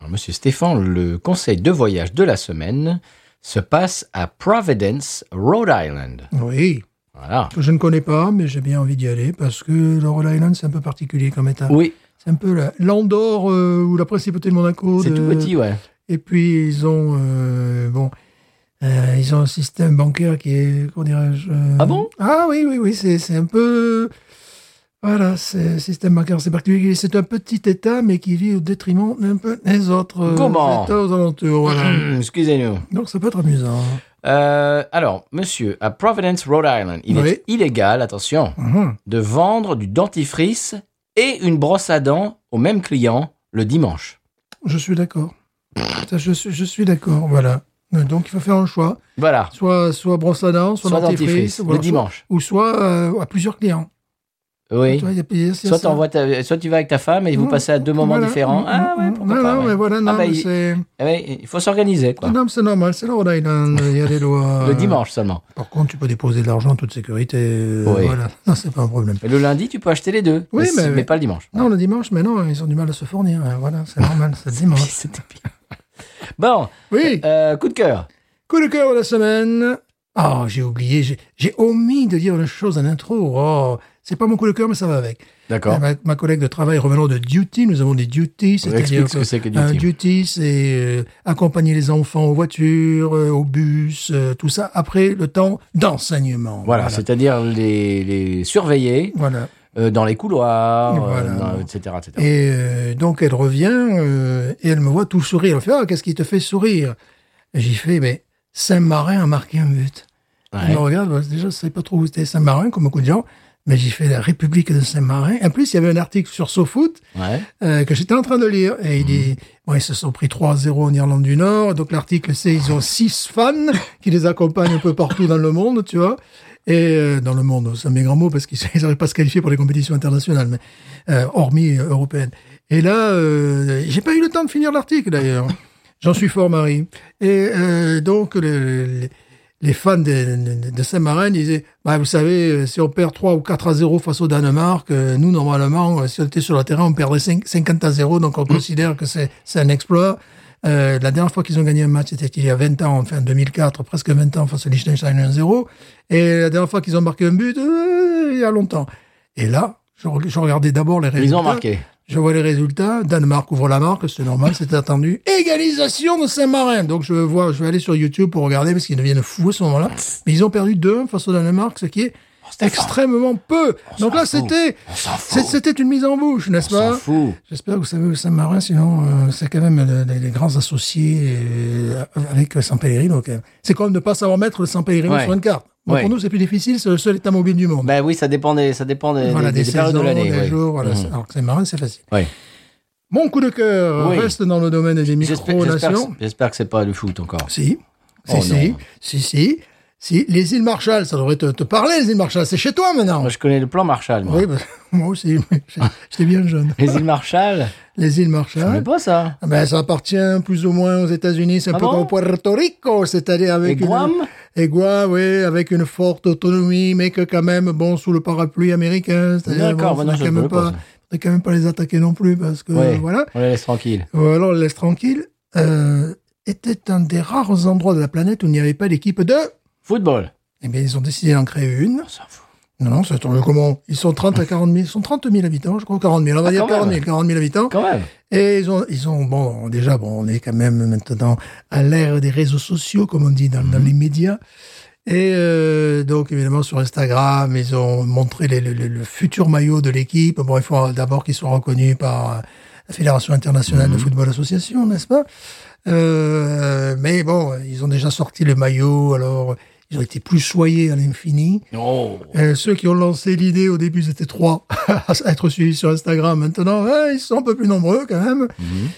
S1: Alors, Monsieur Stéphane, le conseil de voyage de la semaine se passe à Providence, Rhode Island.
S2: Oui.
S1: Voilà.
S2: Que je ne connais pas, mais j'ai bien envie d'y aller parce que le Rhode Island, c'est un peu particulier comme état.
S1: Oui,
S2: C'est un peu la- l'Andorre euh, ou la principauté de Monaco.
S1: c'est
S2: de-
S1: tout petit, ouais.
S2: Et puis, ils ont. euh, bon. euh, ils ont un système bancaire qui est. Comment dirais-je euh,
S1: Ah bon
S2: Ah oui, oui, oui. C'est c'est un peu. Voilà, c'est système bancaire, c'est particulier. C'est un petit État, mais qui vit au détriment d'un peu des autres euh,
S1: Comment Mm-hmm.
S2: États aux alentours.
S1: <clears throat>
S2: Voilà.
S1: Excusez-nous.
S2: Donc, ça peut être amusant.
S1: Euh, alors, monsieur, à Providence, Rhode Island, il
S2: Oui.
S1: est illégal, attention,
S2: Mhm.
S1: de vendre du dentifrice et une brosse à dents au même client le dimanche.
S2: Je suis d'accord. Ça, Je suis, je suis d'accord, voilà. Donc il faut faire un choix.
S1: Voilà.
S2: Soit, soit brosse à dents, soit,
S1: Soit
S2: dentifrice,
S1: dentifrice,
S2: voilà,
S1: le
S2: soit-
S1: dimanche.
S2: ou soit euh, à plusieurs clients.
S1: Oui.
S2: Tu vois, il y a- il y a- il y a
S1: Soit,
S2: ça.
S1: t'envoies ta- soit tu vas avec ta femme et vous
S2: Non,
S1: passez à deux moments
S2: voilà. Mm,
S1: différents. Ah ouais, pourquoi
S2: non,
S1: pas.
S2: non,
S1: ouais.
S2: mais voilà, non,
S1: Ah, bah,
S2: mais
S1: il-
S2: c'est...
S1: eh ben, il faut s'organiser, quoi.
S2: Non, mais c'est normal, c'est le Rhode Island, il y a des lois. euh,
S1: Le dimanche seulement.
S2: Par contre, tu peux déposer de l'argent en toute sécurité. euh,
S1: Oui.
S2: Voilà, non, c'est pas un problème.
S1: Et le lundi, tu peux acheter les deux.
S2: Oui,
S1: mais,
S2: mais-
S1: mais pas le dimanche.
S2: Non, le dimanche, mais non, ils ont du mal à se fournir. hein, Voilà, c'est normal,
S1: <laughs>
S2: c'est le dimanche.
S1: C'était pire. Bon,
S2: Oui,
S1: euh, coup de cœur.
S2: coup de cœur de la semaine. Ah, j'ai oublié, j'ai- j'ai omis de dire une chose en intro. Oh, c'est pas mon coup de cœur, mais ça va avec.
S1: D'accord.
S2: Ma, ma collègue de travail revenant de duty, nous avons des duties.
S1: Explique ce que c'est que duty.
S2: Un duty, c'est euh, accompagner les enfants aux voitures, euh, au bus, euh, tout ça, après le temps d'enseignement.
S1: Voilà, c'est-à-dire les, les surveiller
S2: Voilà.
S1: euh, dans les couloirs, euh,
S2: Voilà.
S1: dans- etc. etc.
S2: Et euh, donc elle revient euh, et elle me voit tout sourire. Elle fait Ah, qu'est-ce qui te fait sourire Et J'y fais Mais Saint-Marin a marqué un but. Elle
S1: Ouais.
S2: me regarde, bah, déjà, je ne sais pas trop où c'était Saint-Marin, comme beaucoup de gens, mais j'y fais La République de Saint-Marin. En plus, il y avait un article sur SoFoot
S1: Ouais.
S2: euh, que j'étais en train de lire. Et il dit Bon, ils se sont pris 3-0 en Irlande du Nord. Donc l'article, c'est Ils ont 6 fans qui les accompagnent un peu partout dans le monde, tu vois. Et euh, dans le monde, c'est un mes grands mots parce qu'ils <laughs> n'arrivent pas à se qualifier pour les compétitions internationales, mais euh, hormis euh, européennes. Et là, euh, j'ai pas eu le temps de finir l'article d'ailleurs. J'en suis fort, Marie. Et euh, donc, le- les- les fans de, de- de Saint-Marin disaient bah, Vous savez, euh, si on perd 3 ou 4 à 0 face au Danemark, euh, nous, normalement, euh, si on était sur le terrain, on perdrait 5 50 à 0,
S1: Mm.
S2: donc on considère que c'est c'est un exploit. Euh, la dernière fois qu'ils ont gagné un match, c'était il y a 20 ans, enfin 2004, presque 20 ans, face au Liechtenstein 1-0. Et la dernière fois qu'ils ont marqué un but, euh, il y a longtemps. Et là, je, re- je regardais d'abord les résultats.
S1: Ils ont marqué.
S2: Je vois les résultats. Danemark ouvre la marque, c'est normal, c'était attendu. Égalisation de Saint-Marin. Donc je vois, je vais aller sur YouTube pour regarder parce qu'ils deviennent fous à ce moment-là. Mais ils ont perdu 2-1 face au Danemark, ce qui est
S1: s'en
S2: extrêmement peu. Donc
S1: s'en
S2: là,
S1: fout.
S2: c'était,
S1: Oh, On s'en fout.
S2: c'est- c'était une mise en bouche, n'est-ce
S1: On s'en
S2: pas
S1: fout.
S2: J'espère que vous savez où Saint-Marin, sinon euh, c'est quand même le- les, les grands associés euh, avec euh, San Pellegrino. quand même. C'est comme ne pas savoir mettre le San Pellegrino
S1: Ouais.
S2: sur une carte. Bon,
S1: Ouais.
S2: Pour nous, c'est plus difficile, c'est le seul état mobile du monde.
S1: Ben oui, ça dépend des, ça dépend des,
S2: voilà,
S1: des-
S2: des,
S1: des périodes de
S2: saisons,
S1: l'année.
S2: des
S1: oui.
S2: jours, voilà,
S1: Mhm.
S2: c'est- alors que Saint-Marin, c'est facile.
S1: Ouais.
S2: Mon coup de cœur
S1: Oui.
S2: reste dans le domaine des
S1: J'espère j'espère
S2: micro-nations.
S1: que- j'espère que c'est pas du foot encore.
S2: Si, si,
S1: Oh
S2: si,
S1: non.
S2: si, si, si. Les îles Marshall, ça devrait te, te parler, les îles Marshall. C'est chez toi maintenant.
S1: Moi, je Ah. connais le plan Marshall. Moi.
S2: Oui, bah, <laughs> moi aussi. mais j'ai- J'étais bien jeune.
S1: Les îles Marshall,
S2: Les îles
S1: mais
S2: Marshall.
S1: pas ça.
S2: Ah Ben, ça appartient plus ou moins aux États-Unis. C'est un
S1: Ah
S2: peu
S1: bon
S2: comme Puerto Rico, c'est-à-dire avec
S1: Et Guam
S2: une... Et Guam, oui, avec une forte autonomie, mais que quand même, bon, sous le parapluie américain. c'est-à-dire,
S1: D'accord, bah
S2: bon,
S1: non,
S2: faudrait
S1: je
S2: quand
S1: le
S2: même
S1: connais
S2: pas,
S1: pas,
S2: faudrait quand même pas les attaquer non plus, parce que
S1: Ouais.
S2: Euh, voilà.
S1: On les laisse tranquilles.
S2: Ou alors on le laisse tranquille, euh, était un des rares endroits de la planète où il n'y avait pas d'équipe de.
S1: Football.
S2: Eh bien, ils ont décidé d'en créer une.
S1: On s'en fout.
S2: Non, non, ça tombe comment Ils sont 30 à 40 000, ils sont 30 000 habitants, je crois, 40 000. On va
S1: Ah,
S2: dire
S1: quand
S2: 40 000,
S1: même.
S2: 40 000 habitants.
S1: Quand même.
S2: Et ils ont, ils ont, bon, déjà, bon, on est quand même maintenant à l'ère des réseaux sociaux, comme on dit dans, dans les médias. Et euh, donc, évidemment, sur Instagram, ils ont montré les- le, le- le futur maillot de l'équipe. Bon, il faut d'abord qu'ils soient reconnus par euh, la Fédération internationale de football association, n'est-ce pas Euh, Mais bon, ils ont déjà sorti le maillot, alors ils ont été plus soyés à l'infini.
S1: Oh.
S2: Euh, ceux qui ont lancé l'idée au début, c'était trois <laughs> à être suivis sur Instagram. Maintenant, ouais, ils sont un peu plus nombreux quand même.
S1: Mhm.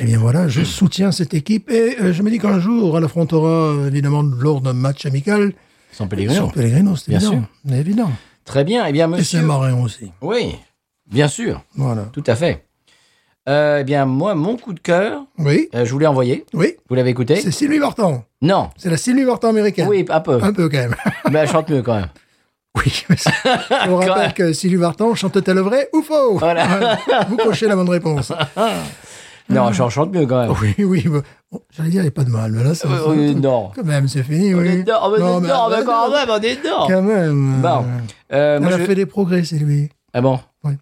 S2: Eh bien voilà, je soutiens cette équipe et euh, je me dis qu'un jour, elle affrontera euh, évidemment lors d'un match amical
S1: Sans
S2: sur
S1: Pellegrino.
S2: Pellegrino, c'est
S1: Bien
S2: évident. C'est évident.
S1: Très bien. Eh bien,
S2: Et c'est
S1: monsieur.
S2: marin aussi.
S1: Oui, bien sûr.
S2: Voilà.
S1: Tout à fait. Euh, eh bien, moi, mon coup de cœur,
S2: Oui,
S1: euh, je vous l'ai envoyé.
S2: oui,
S1: Vous l'avez écouté
S2: c'est Ah. Sylvie Vartan.
S1: Non.
S2: C'est la Sylvie Vartan américaine.
S1: Oui, un peu.
S2: Un peu quand même. <laughs>
S1: Mais elle chante mieux quand même.
S2: Oui, mais c'est- je vous
S1: Quand même.
S2: rappelle que Sylvie Vartan chante-t-elle vrai ou faux
S1: Voilà.
S2: Vous cochez la bonne réponse. Ah.
S1: Non, elle chante mieux quand même.
S2: Oui, <laughs> oui. bah, bon, J'allais dire, il n'y a pas de mal, mais là, c'est.
S1: Euh, Ah oui, non.
S2: Quand même, c'est fini,
S1: On
S2: oui.
S1: est dedans, on est
S2: Non, mais-
S1: dedans, mais
S2: mais-
S1: quand même, on est dedans.
S2: Quand même.
S1: Bon.
S2: euh,
S1: Euh, moi,
S2: elle a
S1: je-
S2: fait des progrès, c'est lui.
S1: Ah bon
S2: Oui.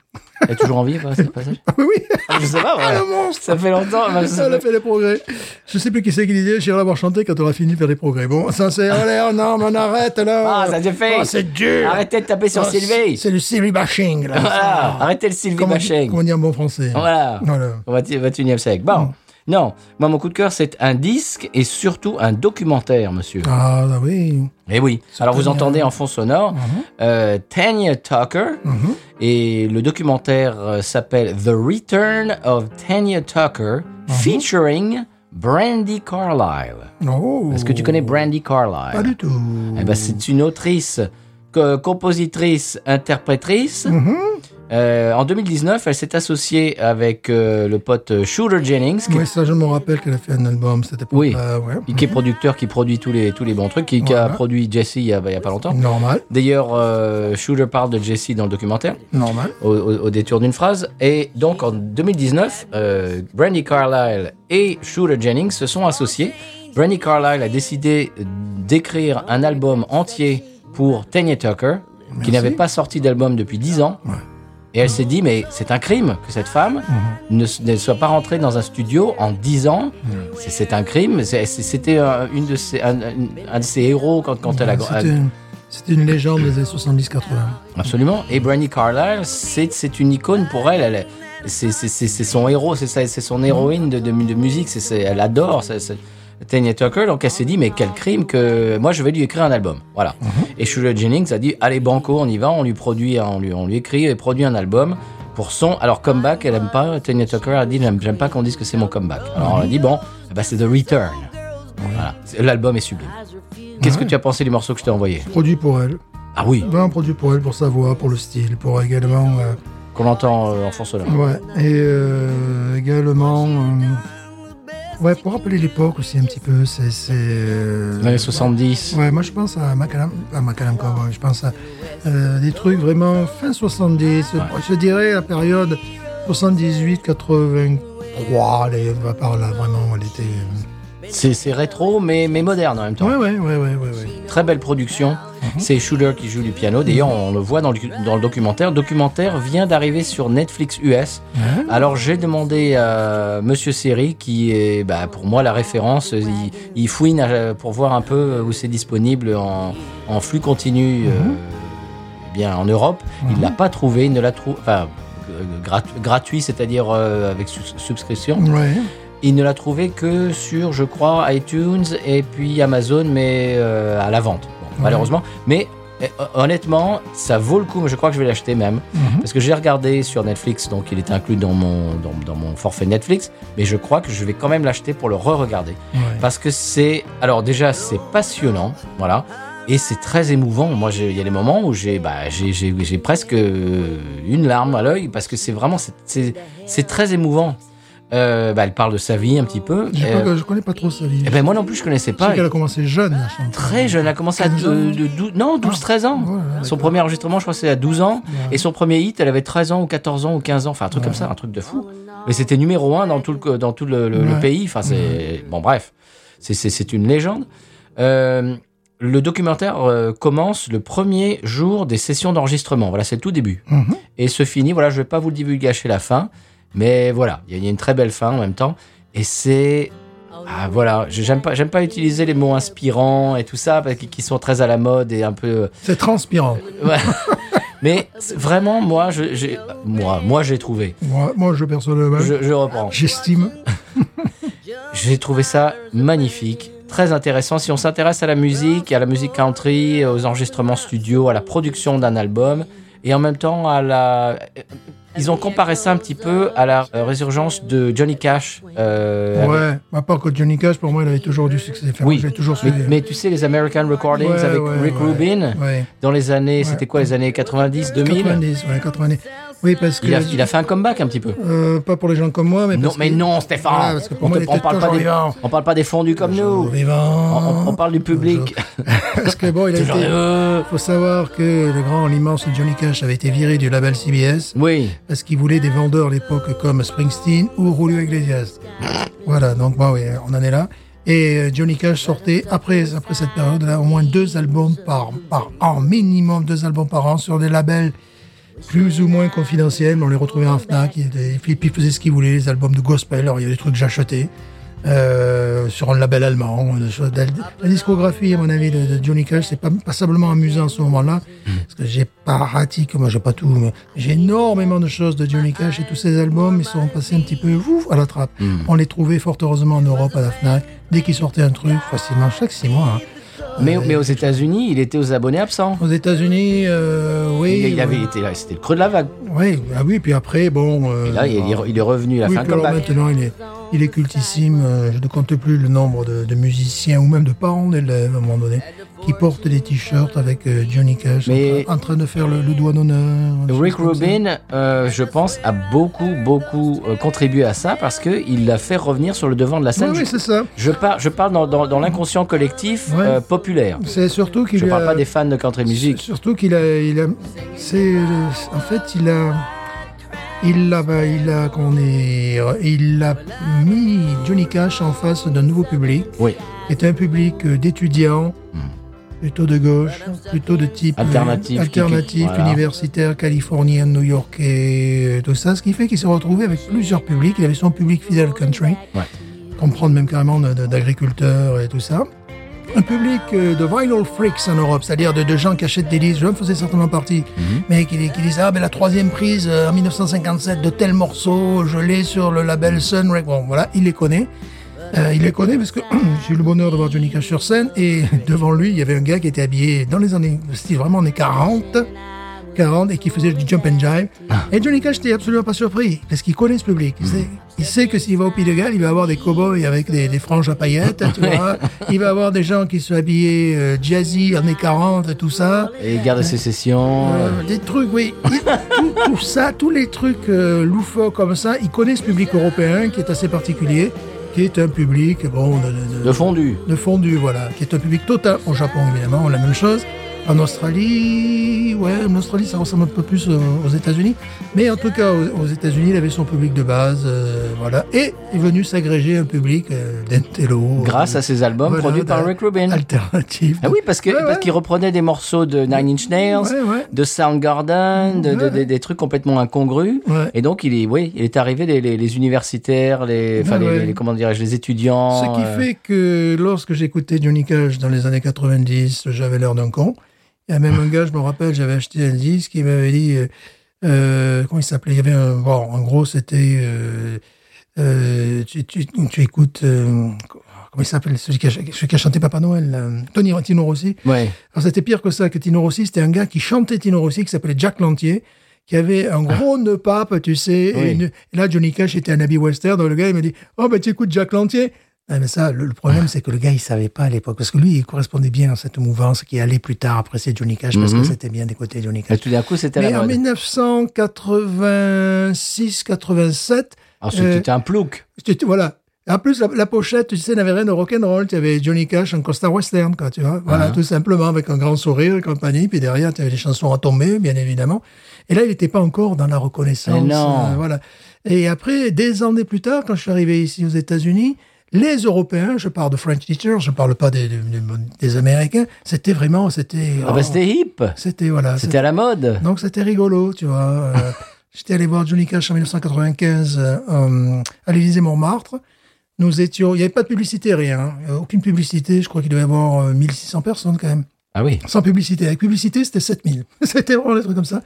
S1: Elle est toujours en vie, pas, cette personne
S2: <laughs> Ah, <laughs> oui, oui,
S1: Je sais pas,
S2: ah,
S1: voilà.
S2: le monstre
S1: Ça fait longtemps. bah, ça-
S2: Elle a fait des progrès. Je sais plus qui c'est qui disait, j'irai l'avoir chanté quand on aura fini de faire des progrès. Bon, ça c'est, allez, oh non, mais on arrête là.
S1: Ah, ça te fait.
S2: Oh, c'est dur.
S1: Arrêtez de taper sur
S2: Oh,
S1: Sylvie.
S2: c'est- C'est le Sylvie bashing, là.
S1: Voilà. Arrêtez le Sylvie
S2: Comment,
S1: Bacheng.
S2: comment dire en bon français
S1: Voilà.
S2: Voilà.
S1: Au 20 21e siècle.
S2: Mm.
S1: Bon. Non, moi mon coup de cœur c'est un disque et surtout un documentaire, monsieur.
S2: Ah, bah oui.
S1: Eh oui. Alors vous
S2: bien.
S1: entendez en fond sonore euh, Tanya Tucker
S2: Mhm.
S1: et le documentaire euh, s'appelle The Return of Tanya Tucker
S2: Mhm.
S1: featuring Brandy Carlyle.
S2: Oh.
S1: Est-ce que tu connais Brandy Carlyle
S2: Pas du tout.
S1: Eh ben, c'est une autrice co- compositrice, interprétrice.
S2: Mhm.
S1: Euh, en 2019, elle s'est associée avec euh, le pote Shooter Jennings, qui,
S2: Oui, ça, je me rappelle qu'elle a fait un album, c'était pas
S1: Oui.
S2: ouais.
S1: qui est producteur, qui produit tous les, tous les bons trucs, qui, qui a
S2: Voilà.
S1: produit Jesse il y a, il y a pas longtemps.
S2: Normal,
S1: D'ailleurs, euh, Shooter parle de Jesse dans le documentaire,
S2: normal.
S1: au, au- au détour d'une phrase. Et donc, en 2019, euh, Brandy Carlyle et Shooter Jennings se sont associés. Brandy Carlyle a décidé d'écrire un album entier pour Tanya Tucker, qui
S2: Merci.
S1: n'avait pas sorti d'album depuis 10 ans.
S2: Ouais.
S1: Et elle s'est dit, mais c'est un crime que cette femme
S2: Mhm.
S1: ne, s- ne soit pas rentrée dans un studio en 10 ans. C'est- C'est un crime. C'est- c'est- C'était euh, une de ses- un, un- un de ses héros quand, quand elle a... a-
S2: C'était une- C'était une légende des années 70-80.
S1: Absolument. Et Brandy Carlyle, c'est c'est une icône pour elle. elle c'est c'est- c'est- c'est son héros, c'est sa- c'est son héroïne de, de, mu- de musique. c'est c'est- elle adore ça- ça- Tanya Tucker. Donc elle s'est dit, mais quel crime que moi je vais lui écrire un album. Voilà. Et Shula Jennings a dit, allez banco, on y va, on lui produit, on lui, on lui écrit et produit un album pour son. Alors comeback, elle aime pas. Tanya Tucker a dit, j'aime j'aime pas qu'on dise que c'est mon comeback. Alors on a dit, bon, eh ben, c'est The Return. Voilà. C'est- L'album est sublime. Qu'est-ce que tu as pensé du morceau que je t'ai envoyé
S2: Produit pour elle.
S1: Ah oui,
S2: Ouais, un produit pour elle, pour sa voix, pour le style, pour également. euh,
S1: qu'on entend euh, en fond sonore.
S2: ouais, et euh, également. euh, ouais, pour rappeler l'époque aussi un petit peu, c'est. c'est, euh,
S1: Dans les 70.
S2: Ouais, moi je pense à Macadam, à Macadam Cowboy, je pense à euh, des trucs vraiment fin 70, euh, je dirais la période 78-83, les- va par là, vraiment, elle était.
S1: C'est c'est rétro, mais, mais moderne en même temps.
S2: Ouais, ouais, ouais, ouais, ouais. ouais.
S1: Très belle production. C'est Shooter qui joue du piano. D'ailleurs, on le voit dans le, dans le documentaire. Le documentaire vient d'arriver sur Netflix US.
S2: Hein
S1: Alors, j'ai demandé à euh, Monsieur Seri, qui est bah, pour moi la référence. Il, il fouine euh, pour voir un peu où c'est disponible en, en flux continu euh, eh bien, en Europe. Il ne l'a pas trouvé. Il ne l'a trouvé. Enfin, euh, grat- gratuit, c'est-à-dire euh, avec sous- subscription.
S2: Ouais.
S1: Il ne l'a trouvé que sur, je crois, iTunes et puis Amazon, mais euh, à la vente, Bon, malheureusement. Mais eh, hon- honnêtement, ça vaut le coup. Je crois que je vais l'acheter même.
S2: Mhm.
S1: Parce que j'ai regardé sur Netflix, donc il est inclus dans mon, dans, dans mon forfait Netflix. Mais je crois que je vais quand même l'acheter pour le re-regarder.
S2: ouais.
S1: Parce que c'est. Alors, déjà, c'est passionnant, voilà. Et c'est très émouvant. Moi, j'ai- il y a des moments où j'ai bah, j'ai- j'ai- j'ai presque euh, une larme à l'œil parce que c'est vraiment. c'est- C'est c'est très émouvant. Euh, bah, elle parle de sa vie un petit peu.
S2: Je, sais
S1: Euh,
S2: pas que- je connais pas trop sa vie.
S1: eh ben, moi non plus, je connaissais
S2: je sais
S1: pas.
S2: qu'elle a commencé jeune, la chanteuse.
S1: Très jeune, elle a commencé à
S2: 15 ans.
S1: deux- de dou- non, 12, 13 ans.
S2: Ouais, ouais,
S1: Son
S2: d'accord.
S1: premier enregistrement, je crois, c'est à 12 ans. Et son premier hit, elle avait 13 ans ou 14 ans ou 15 ans. Enfin, un truc comme ça, un truc de fou. Mais c'était numéro un dans tout le, dans tout le, le- le
S2: Ouais.
S1: pays. Enfin, c'est. Bon, bref. C'est- C'est c'est une légende. Euh, le documentaire euh, commence le premier jour des sessions d'enregistrement. Voilà, c'est le tout début.
S2: Mhm.
S1: Et se finit, voilà, je vais pas vous le divulgacher la fin. Mais voilà, il y a- il y a une très belle fin en même temps. Et c'est ah, voilà, Je- j'aime pas, j'aime pas utiliser les mots inspirants et tout ça, parce qu'ils sont très à la mode et un peu. <laughs>
S2: C'est transpirant.
S1: Ouais. Mais c'est vraiment, moi, je, j'ai- moi, moi, j'ai trouvé.
S2: Moi, moi je personnellement,
S1: Je, je reprends.
S2: j'estime.
S1: J'ai trouvé ça magnifique, très intéressant. Si on s'intéresse à la musique, à la musique country, aux enregistrements studio, à la production d'un album, et en même temps à la... Ils ont comparé ça un petit peu à la euh, résurgence de Johnny Cash. euh, avec-
S2: Ouais, à part que Johnny Cash, pour moi, il avait toujours du succès. Enfin,
S1: Oui.
S2: j'ai toujours
S1: Mais,
S2: suivi.
S1: mais tu sais, les American Recordings
S2: Ouais,
S1: avec
S2: ouais,
S1: Rick
S2: ouais.
S1: Rubin,
S2: Ouais.
S1: dans les années,
S2: Ouais.
S1: c'était quoi, les années 90, 2000
S2: 90, ouais, 90. Oui, parce que.
S1: il a, il a fait un comeback un petit peu.
S2: euh, pas pour les gens comme moi, mais.
S1: Non,
S2: parce
S1: mais
S2: que-
S1: non, Stéphane
S2: Voilà, parce que pour
S1: on,
S2: moi,
S1: te-
S2: il
S1: on
S2: était
S1: parle pas
S2: toujours
S1: des,
S2: vivant.
S1: on parle pas des fondus comme nous. On,
S2: Vivant.
S1: on- on parle du public.
S2: Parce que bon, il a
S1: Toujours,
S2: été.
S1: euh,
S2: Faut savoir que le grand, l'immense Johnny Cash avait été viré du label CBS
S1: Oui.
S2: parce qu'il voulait des vendeurs à l'époque comme Springsteen ou Julio Iglesias. voilà, donc bon, oui, on en est là. Et euh, Johnny Cash sortait après, après cette période-là au moins deux albums par, par an, minimum deux albums par an sur des labels plus ou moins confidentiels. mais On les retrouvait en Fnac, il, était- puis puis il faisait ce qu'il voulait, les albums de gospel, alors il y a des trucs que j'achetais. euh, sur un label allemand. des choses- La, la discographie, à mon avis, de, de Johnny Cash, c'est pas, passablement amusant à ce moment-là, parce que j'ai pas raté, moi j'ai pas tout, mais j'ai énormément de choses de Johnny Cash et tous ses albums, ils sont passés un petit peu ouf, à la trappe.
S1: Hmm.
S2: On les trouvait fort heureusement en Europe, à la Fnac, dès qu'ils sortaient un truc, facilement chaque six mois. hein.
S1: Mais,
S2: Euh,
S1: mais aux États-Unis, il était aux abonnés absents.
S2: Aux États-Unis, euh, oui.
S1: Il, il avait
S2: oui.
S1: été là, c'était le creux de la vague.
S2: Oui, ah oui, puis après, bon. euh,
S1: Et là, il, il est- il est revenu, il a
S2: oui,
S1: fait un
S2: puis alors
S1: comeback.
S2: maintenant, il est, il est cultissime. euh, je ne compte plus le nombre de, de musiciens ou même de parents d'élèves à un moment donné qui porte des t-shirts avec euh, Johnny Cash en
S1: Mais-
S2: train- en, train de faire le, le doigt d'honneur. des
S1: Rick
S2: choses comme ça.
S1: Rubin, euh, je pense, a beaucoup, beaucoup euh, contribué à ça parce qu'il l'a fait revenir sur le devant de la scène.
S2: Oui, oui,
S1: je,
S2: c'est ça.
S1: je par- je parle dans, dans- dans l'inconscient collectif
S2: Ouais.
S1: euh, populaire.
S2: C'est surtout qu'il
S1: Je
S2: lui
S1: parle
S2: a-
S1: pas des fans de country music.
S2: Surtout qu'il a, il a, c'est, euh, en fait, il a, il l'a, bah, il a, qu'on est, il a mis Johnny Cash en face d'un nouveau public,
S1: Oui,
S2: qui est un public euh, d'étudiants, plutôt de gauche, plutôt de type euh,
S1: Hmm. Alternatif, qui-
S2: alternatif,
S1: qui- voilà.
S2: universitaire, californien, new-yorkais, euh, tout ça, ce qui fait qu'il s'est retrouvé avec plusieurs publics. Il avait son public fidèle country,
S1: Ouais.
S2: comprendre même carrément de- de- d'agriculteurs et tout ça. Un public euh, de vinyl freaks en Europe, c'est-à-dire de, de gens qui achètent des disques, je en faisais certainement partie,
S1: Mhm.
S2: mais qui, qui disent Ah, ben la troisième prise euh, en 1957 de tel morceau, je l'ai sur le label Sun Records. Bon, voilà, il les connaît. Euh, il les connaît parce que <clears throat> j'ai eu le bonheur de voir Johnny Cash sur scène et <laughs> devant lui, il y avait un gars qui était habillé dans les années, c'était vraiment années 40, 40 et qui faisait du jump and jive. Et Johnny Cash n'était absolument pas surpris parce qu'il connaît ce public. Il sait, il sait que s'il va au Pays de Galles, il va avoir des cowboys avec des, des franges à paillettes, tu vois. Il va avoir des gens qui sont habillés euh, jazzy, années 40, tout ça.
S1: et guerre de sécession.
S2: Euh,
S1: euh,
S2: des trucs, oui. tout, tout ça, tous les trucs euh, loufoques comme ça, ils connaissent ce public européen qui est assez particulier, qui est un public, bon, de, de- de-
S1: de fondu.
S2: de fondu, voilà, qui est un public total. Au Japon, évidemment, la même chose. En Australie, ouais, en Australie, ça ressemble un peu plus aux, aux États-Unis. Mais en tout cas, aux, aux États-Unis, il avait son public de base, euh, voilà. Et est venu s'agréger un public euh, d'intello. euh,
S1: Grâce à ses albums
S2: Voilà,
S1: produits par
S2: d'a-
S1: Rick Rubin.
S2: Alternative.
S1: Ah oui, parce que
S2: Ouais,
S1: parce
S2: ouais.
S1: qu'il reprenait des morceaux de Nine Inch Nails,
S2: Ouais, ouais.
S1: de Soundgarden, de, de-
S2: Ouais.
S1: des- des trucs complètement incongrus.
S2: Ouais.
S1: Et donc il est, oui, il est arrivé les, les- les universitaires, les, enfin,
S2: Ouais,
S1: les-
S2: ouais.
S1: les- les- comment dirais-je, les étudiants.
S2: Ce qui
S1: euh,
S2: fait que lorsque j'écoutais Johnny Cash dans les années 90, j'avais l'air d'un con. Il y a même un gars, je me rappelle, j'avais acheté un disque, il m'avait dit, euh, euh, comment il s'appelait Il y avait un, bon, en gros, c'était, euh, euh, tu, tu- tu écoutes, euh, comment il s'appelle celui qui, a, celui qui a chanté Papa Noël, là, Tony Tino Rossi.
S1: ouais.
S2: Alors c'était pire que ça, que Tino Rossi, c'était un gars qui chantait Tino Rossi, qui s'appelait Jack Lantier, qui avait un gros nœud pape, tu sais.
S1: Ah. Oui.
S2: Et, une- et là, Johnny Cash était un habit western, donc le gars, il m'a dit Oh, ben tu écoutes Jack Lantier Ah, mais ça, le, le problème, c'est que le gars, il savait pas à l'époque, parce que lui, il correspondait bien à cette mouvance qui allait plus tard apprécier Johnny Cash, parce
S1: Mhm.
S2: que c'était bien des côtés Johnny
S1: Et
S2: Cash.
S1: tout d'un coup, c'était
S2: Mais
S1: la
S2: en
S1: mode.
S2: 1986-87,
S1: Alors, c'était
S2: euh,
S1: un plouc.
S2: tu- tu- voilà. En plus, la, la pochette, tu sais, n'avait rien de rock'n'roll. Tu avais Johnny Cash en costard western, quoi, tu vois.
S1: Ah.
S2: Voilà, tout simplement, avec un grand sourire et compagnie. Puis derrière, tu avais les chansons à tomber, bien évidemment. Et là, il n'était pas encore dans la reconnaissance. euh,
S1: Mais non.
S2: voilà. Et après, des années plus tard, quand je suis arrivé ici aux États-Unis, les Européens, je parle de French teachers, je parle pas des, des, des Américains, c'était vraiment, c'était. oh,
S1: Ah bah, c'était hip.
S2: C'était, voilà.
S1: C'était à la mode.
S2: Donc c'était rigolo, tu vois.
S1: <laughs>
S2: Euh, J'étais allé voir Johnny Cash en 1995 euh, euh, à l'Élysée Montmartre. Nous étions, il n'y avait pas de publicité, rien. Euh, Aucune publicité. Je crois qu'il devait y avoir euh, 1600 personnes quand même.
S1: Ah oui.
S2: Sans publicité. Avec publicité, c'était 7000. <laughs> c'était vraiment des trucs comme ça.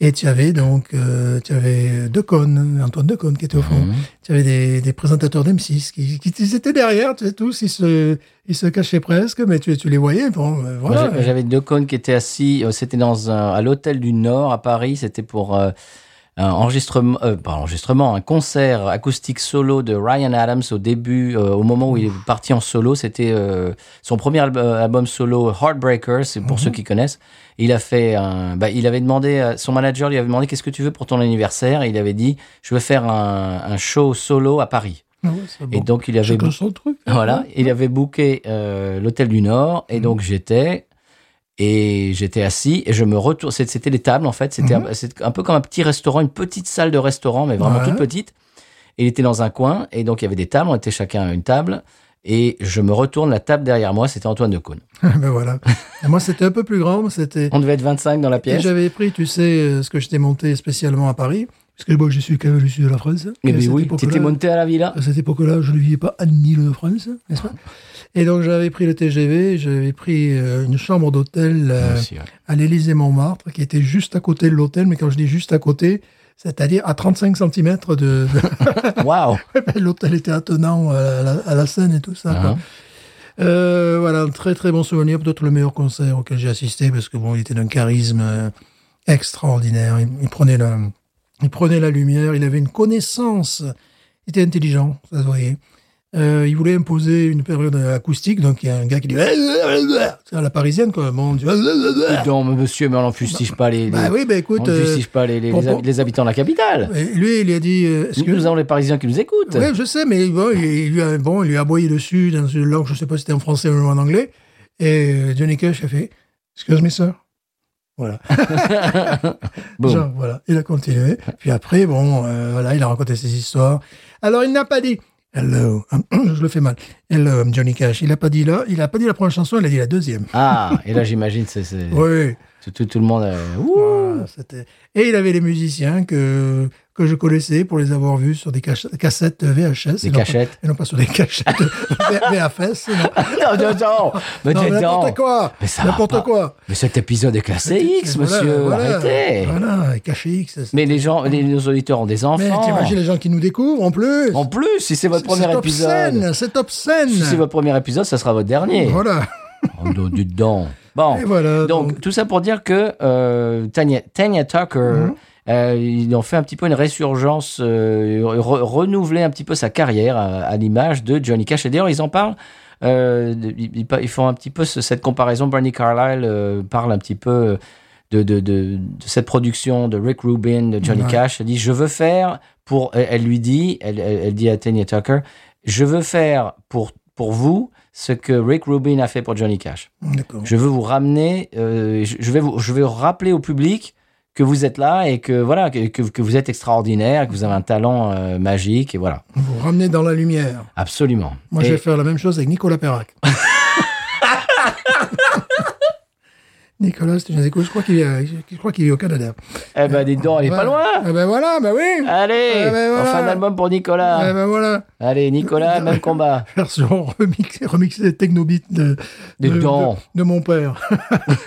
S2: Et tu avais donc, euh, tu avais Decaune, Antoine Decaune qui était au
S1: Mhm.
S2: fond. Tu avais des, des présentateurs d'M6 qui, qui ils étaient derrière, tu sais, tous, ils se, ils se cachaient presque, mais tu, tu les voyais. Bon, euh,
S1: Moi,
S2: voilà.
S1: j'a- J'avais deux cônes qui étaient assis. euh, C'était dans un- à l'hôtel du Nord à Paris. C'était pour euh, un enregistrement, euh, pas enregistrement, un concert acoustique solo de Ryan Adams au début, euh, au moment où il est parti en solo. C'était euh, son premier al- euh, album solo, Heartbreaker. C'est
S2: Mhm.
S1: pour ceux qui connaissent. Il a fait un, bah, il avait demandé, à- son manager lui avait demandé qu'est-ce que tu veux pour ton anniversaire. Et il avait dit, je veux faire un, un show solo à Paris.
S2: Ah ouais, c'est
S1: Et
S2: bon.
S1: donc il avait
S2: Chacun son truc. hein.
S1: voilà, il avait booké euh, l'hôtel du Nord et donc j'étais et j'étais assis et je me retourne. c'est- C'était les tables en fait, c'était un- c'est un peu comme un petit restaurant, une petite salle de restaurant, mais vraiment
S2: Ouais.
S1: toute petite. Et il était dans un coin et donc il y avait des tables, on était chacun à une table et je me retourne la table derrière moi, c'était Antoine Decaune.
S2: <laughs> ben voilà. Et moi, c'était un peu plus grand. mais C'était.
S1: On devait être 25 dans la
S2: Et
S1: pièce.
S2: j'avais pris, tu sais, euh, ce que je t'ai monté spécialement à Paris. Parce que moi, je suis quand même, je suis de la France. hein.
S1: Et
S2: Et à
S1: ben
S2: cette
S1: oui,
S2: époque-là-
S1: t'étais monté à la villa.
S2: À cette époque-là, je ne vivais pas à l'île de France, n'est-ce pas Et donc, j'avais pris le TGV, j'avais pris euh, une chambre d'hôtel euh,
S1: Aussi, ouais.
S2: à l'Élysée-Montmartre, qui était juste à côté de l'hôtel. Mais quand je dis juste à côté, c'est-à-dire à 35 cm de. de-
S1: Waouh.
S2: <laughs> L'hôtel était attenant à la, à la scène et tout ça. quoi.
S1: Uh-huh.
S2: Euh, voilà, un très très bon souvenir, peut-être le meilleur concert auquel j'ai assisté, parce que bon, il était d'un charisme euh, extraordinaire. Il, il prenait la, il prenait la lumière, il avait une connaissance, il était intelligent, ça se voyait. Euh, il voulait imposer une période acoustique, donc il y a un gars qui dit C'est à la parisienne, quoi. Bon, on dit,
S1: Non, mais monsieur, mais on n'en fustige pas les, les-
S2: Bah oui, bah
S1: on
S2: écoute,
S1: ne
S2: euh,
S1: fustige pas les, les-
S2: pour-
S1: les hab- les habitants de la capitale.
S2: et lui, il a dit euh, Est-ce que-
S1: Nous avons les Parisiens qui nous écoutent.
S2: Ouais, je sais, mais bon, il, il lui a, bon, il lui a aboyé dessus dans une langue, je sais pas si c'était en français ou en anglais. Et euh, Johnny Cash a fait Excuse me, sir. Voilà.
S1: Bon.
S2: Genre, voilà. Il a continué. Puis après, bon, euh, voilà, il a raconté ses histoires. Alors, il n'a pas dit Hello. <clears throat> je le fais mal. Hello, I'm Johnny Cash. Il n'a pas dit là. Il n'a pas dit la première chanson, il a dit la deuxième.
S1: Ah, et là, j'imagine, c'est, c'est-
S2: Oui.
S1: tout, tout- tout le monde. euh, ouh.
S2: Voilà, c'était- et il avait des musiciens que, que je connaissais pour les avoir vus sur des cach- cassettes VHS.
S1: Des
S2: et non pas-
S1: cachettes.
S2: Et non pas sur des <laughs> cachettes V- VHS. Non,
S1: non, non, non, mais
S2: Non, mais
S1: dis
S2: n'importe
S1: donc.
S2: quoi
S1: Mais ça va pas.
S2: N'importe quoi
S1: Mais cet épisode est classé X,
S2: Voilà,
S1: monsieur.
S2: voilà,
S1: Arrêtez.
S2: Voilà, et caché X. c'est-
S1: Mais les gens, les, nos auditeurs ont des
S2: Mais
S1: enfants.
S2: t'imagines les gens qui nous découvrent en plus
S1: En plus, si c'est votre
S2: C'est
S1: premier épisode,
S2: obscène C'est obscène
S1: si c'est votre premier épisode, ça sera votre dernier.
S2: Voilà
S1: Oh, non, dites donc. Bon.
S2: Et
S1: donc,
S2: voilà, Euh, donc.
S1: tout ça pour dire que euh, Tanya, Tanya Tucker, euh, ils ont fait un petit peu une résurgence, euh, re- renouvelé un petit peu sa carrière à, à l'image de Johnny Cash. Et d'ailleurs, ils en parlent. euh, de- ils, ils pa- ils font un petit peu ce- cette comparaison. Bernie Carlyle euh, parle un petit peu de, de, de- de cette production de Rick Rubin, de Johnny
S2: Ouais.
S1: Cash. Elle dit Je veux faire pour. Elle, elle lui dit, elle, elle- elle dit à Tanya Tucker Je veux faire pour, pour vous ce que Rick Rubin a fait pour Johnny Cash.
S2: D'accord.
S1: Je veux vous ramener, euh, je je vais vous, je vais rappeler au public que vous êtes là et que voilà que, que- que vous êtes extraordinaire, que vous avez un talent euh, magique et voilà.
S2: Vous ramenez dans la lumière.
S1: Absolument.
S2: Moi,
S1: Et-
S2: je vais faire la même chose avec
S1: <laughs>
S2: Nicolas Perrac. Nicolas, si tu nous écoutes, je crois qu'il est, à- je crois qu'il est au Canada.
S1: eh ben dis donc, elle est pas
S2: Voilà.
S1: loin.
S2: Ah ben voilà, ben oui
S1: Allez,
S2: Ah ben voilà.
S1: enfin d'album pour
S2: Ah
S1: Nicolas.
S2: ben voilà
S1: Allez Nicolas, même combat.
S2: Version remixée, remixée technobit de,
S1: Des
S2: de, de,
S1: dents.
S2: de mon père.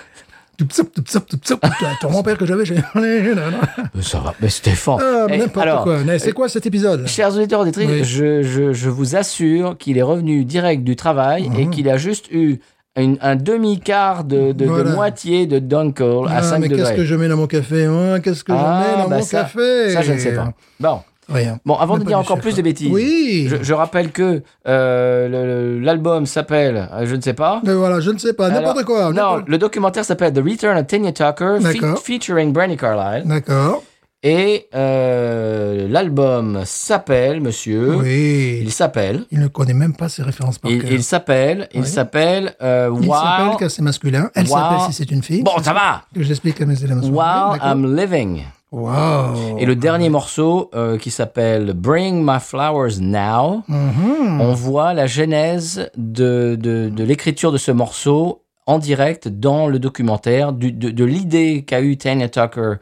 S2: <laughs> tout psop, tout psop, tout psop, tout à ton mon père que j'avais chez... <laughs> ah,
S1: Mais ça va, mais Stéphane.
S2: mais
S1: Eh,
S2: n'importe
S1: alors,
S2: quoi. Mais C'est quoi cet épisode
S1: Chers auditeurs auditrices,
S2: Oui.
S1: je, je, je vous assure qu'il est revenu direct du travail
S2: Mhm.
S1: et qu'il a juste eu une- un demi-quart de, de- de
S2: Voilà.
S1: moitié de Dunkel à 5
S2: Ah, mais qu'est-ce
S1: degrés.
S2: que je mets dans mon café hein Qu'est-ce que
S1: Ah,
S2: je mets dans
S1: bah
S2: mon
S1: ça,
S2: café
S1: Ça, je ne sais pas. Bon,
S2: Rien.
S1: bon avant
S2: Même
S1: de
S2: pas
S1: dire
S2: du
S1: encore
S2: chef. hein.
S1: plus de bêtises,
S2: Oui
S1: je, je rappelle que euh, le- le- l'album s'appelle, euh, je ne sais pas.
S2: Mais voilà, je ne sais pas, n'importe
S1: Alors,
S2: quoi.
S1: Non,
S2: n'importe-
S1: le documentaire s'appelle The Return of Tanya Tucker, fe-
S2: D'accord.
S1: featuring Brandy Carlyle.
S2: D'accord.
S1: Et euh, l'album s'appelle, monsieur.
S2: Oui.
S1: Euh, Il s'appelle.
S2: Il ne connaît même pas ses références par
S1: Il
S2: cœur.
S1: il s'appelle. Il
S2: Oui.
S1: s'appelle. euh,
S2: Il s'appelle
S1: While-
S2: car c'est masculin. Elle s'appelle
S1: Wow.
S2: si c'est une fille.
S1: Bon, um, ça va.
S2: Que j'explique à mes élèves.
S1: While I'm Living.
S2: Wow.
S1: Et le dernier morceau euh, qui s'appelle Bring My Flowers Now,
S2: Mhm. Hmm.
S1: on voit la genèse de, de, de l'écriture de ce morceau en direct dans le documentaire, du- de, de l'idée qu'a eu Tanya Tucker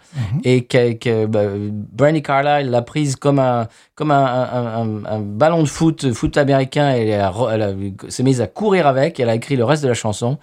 S1: et que, que bah, Brandy Carlyle l'a prise comme un, comme un, un- un- un ballon de foot, foot américain, et elle, a re- elle a- s'est mise à courir avec, elle a écrit le reste de la chanson.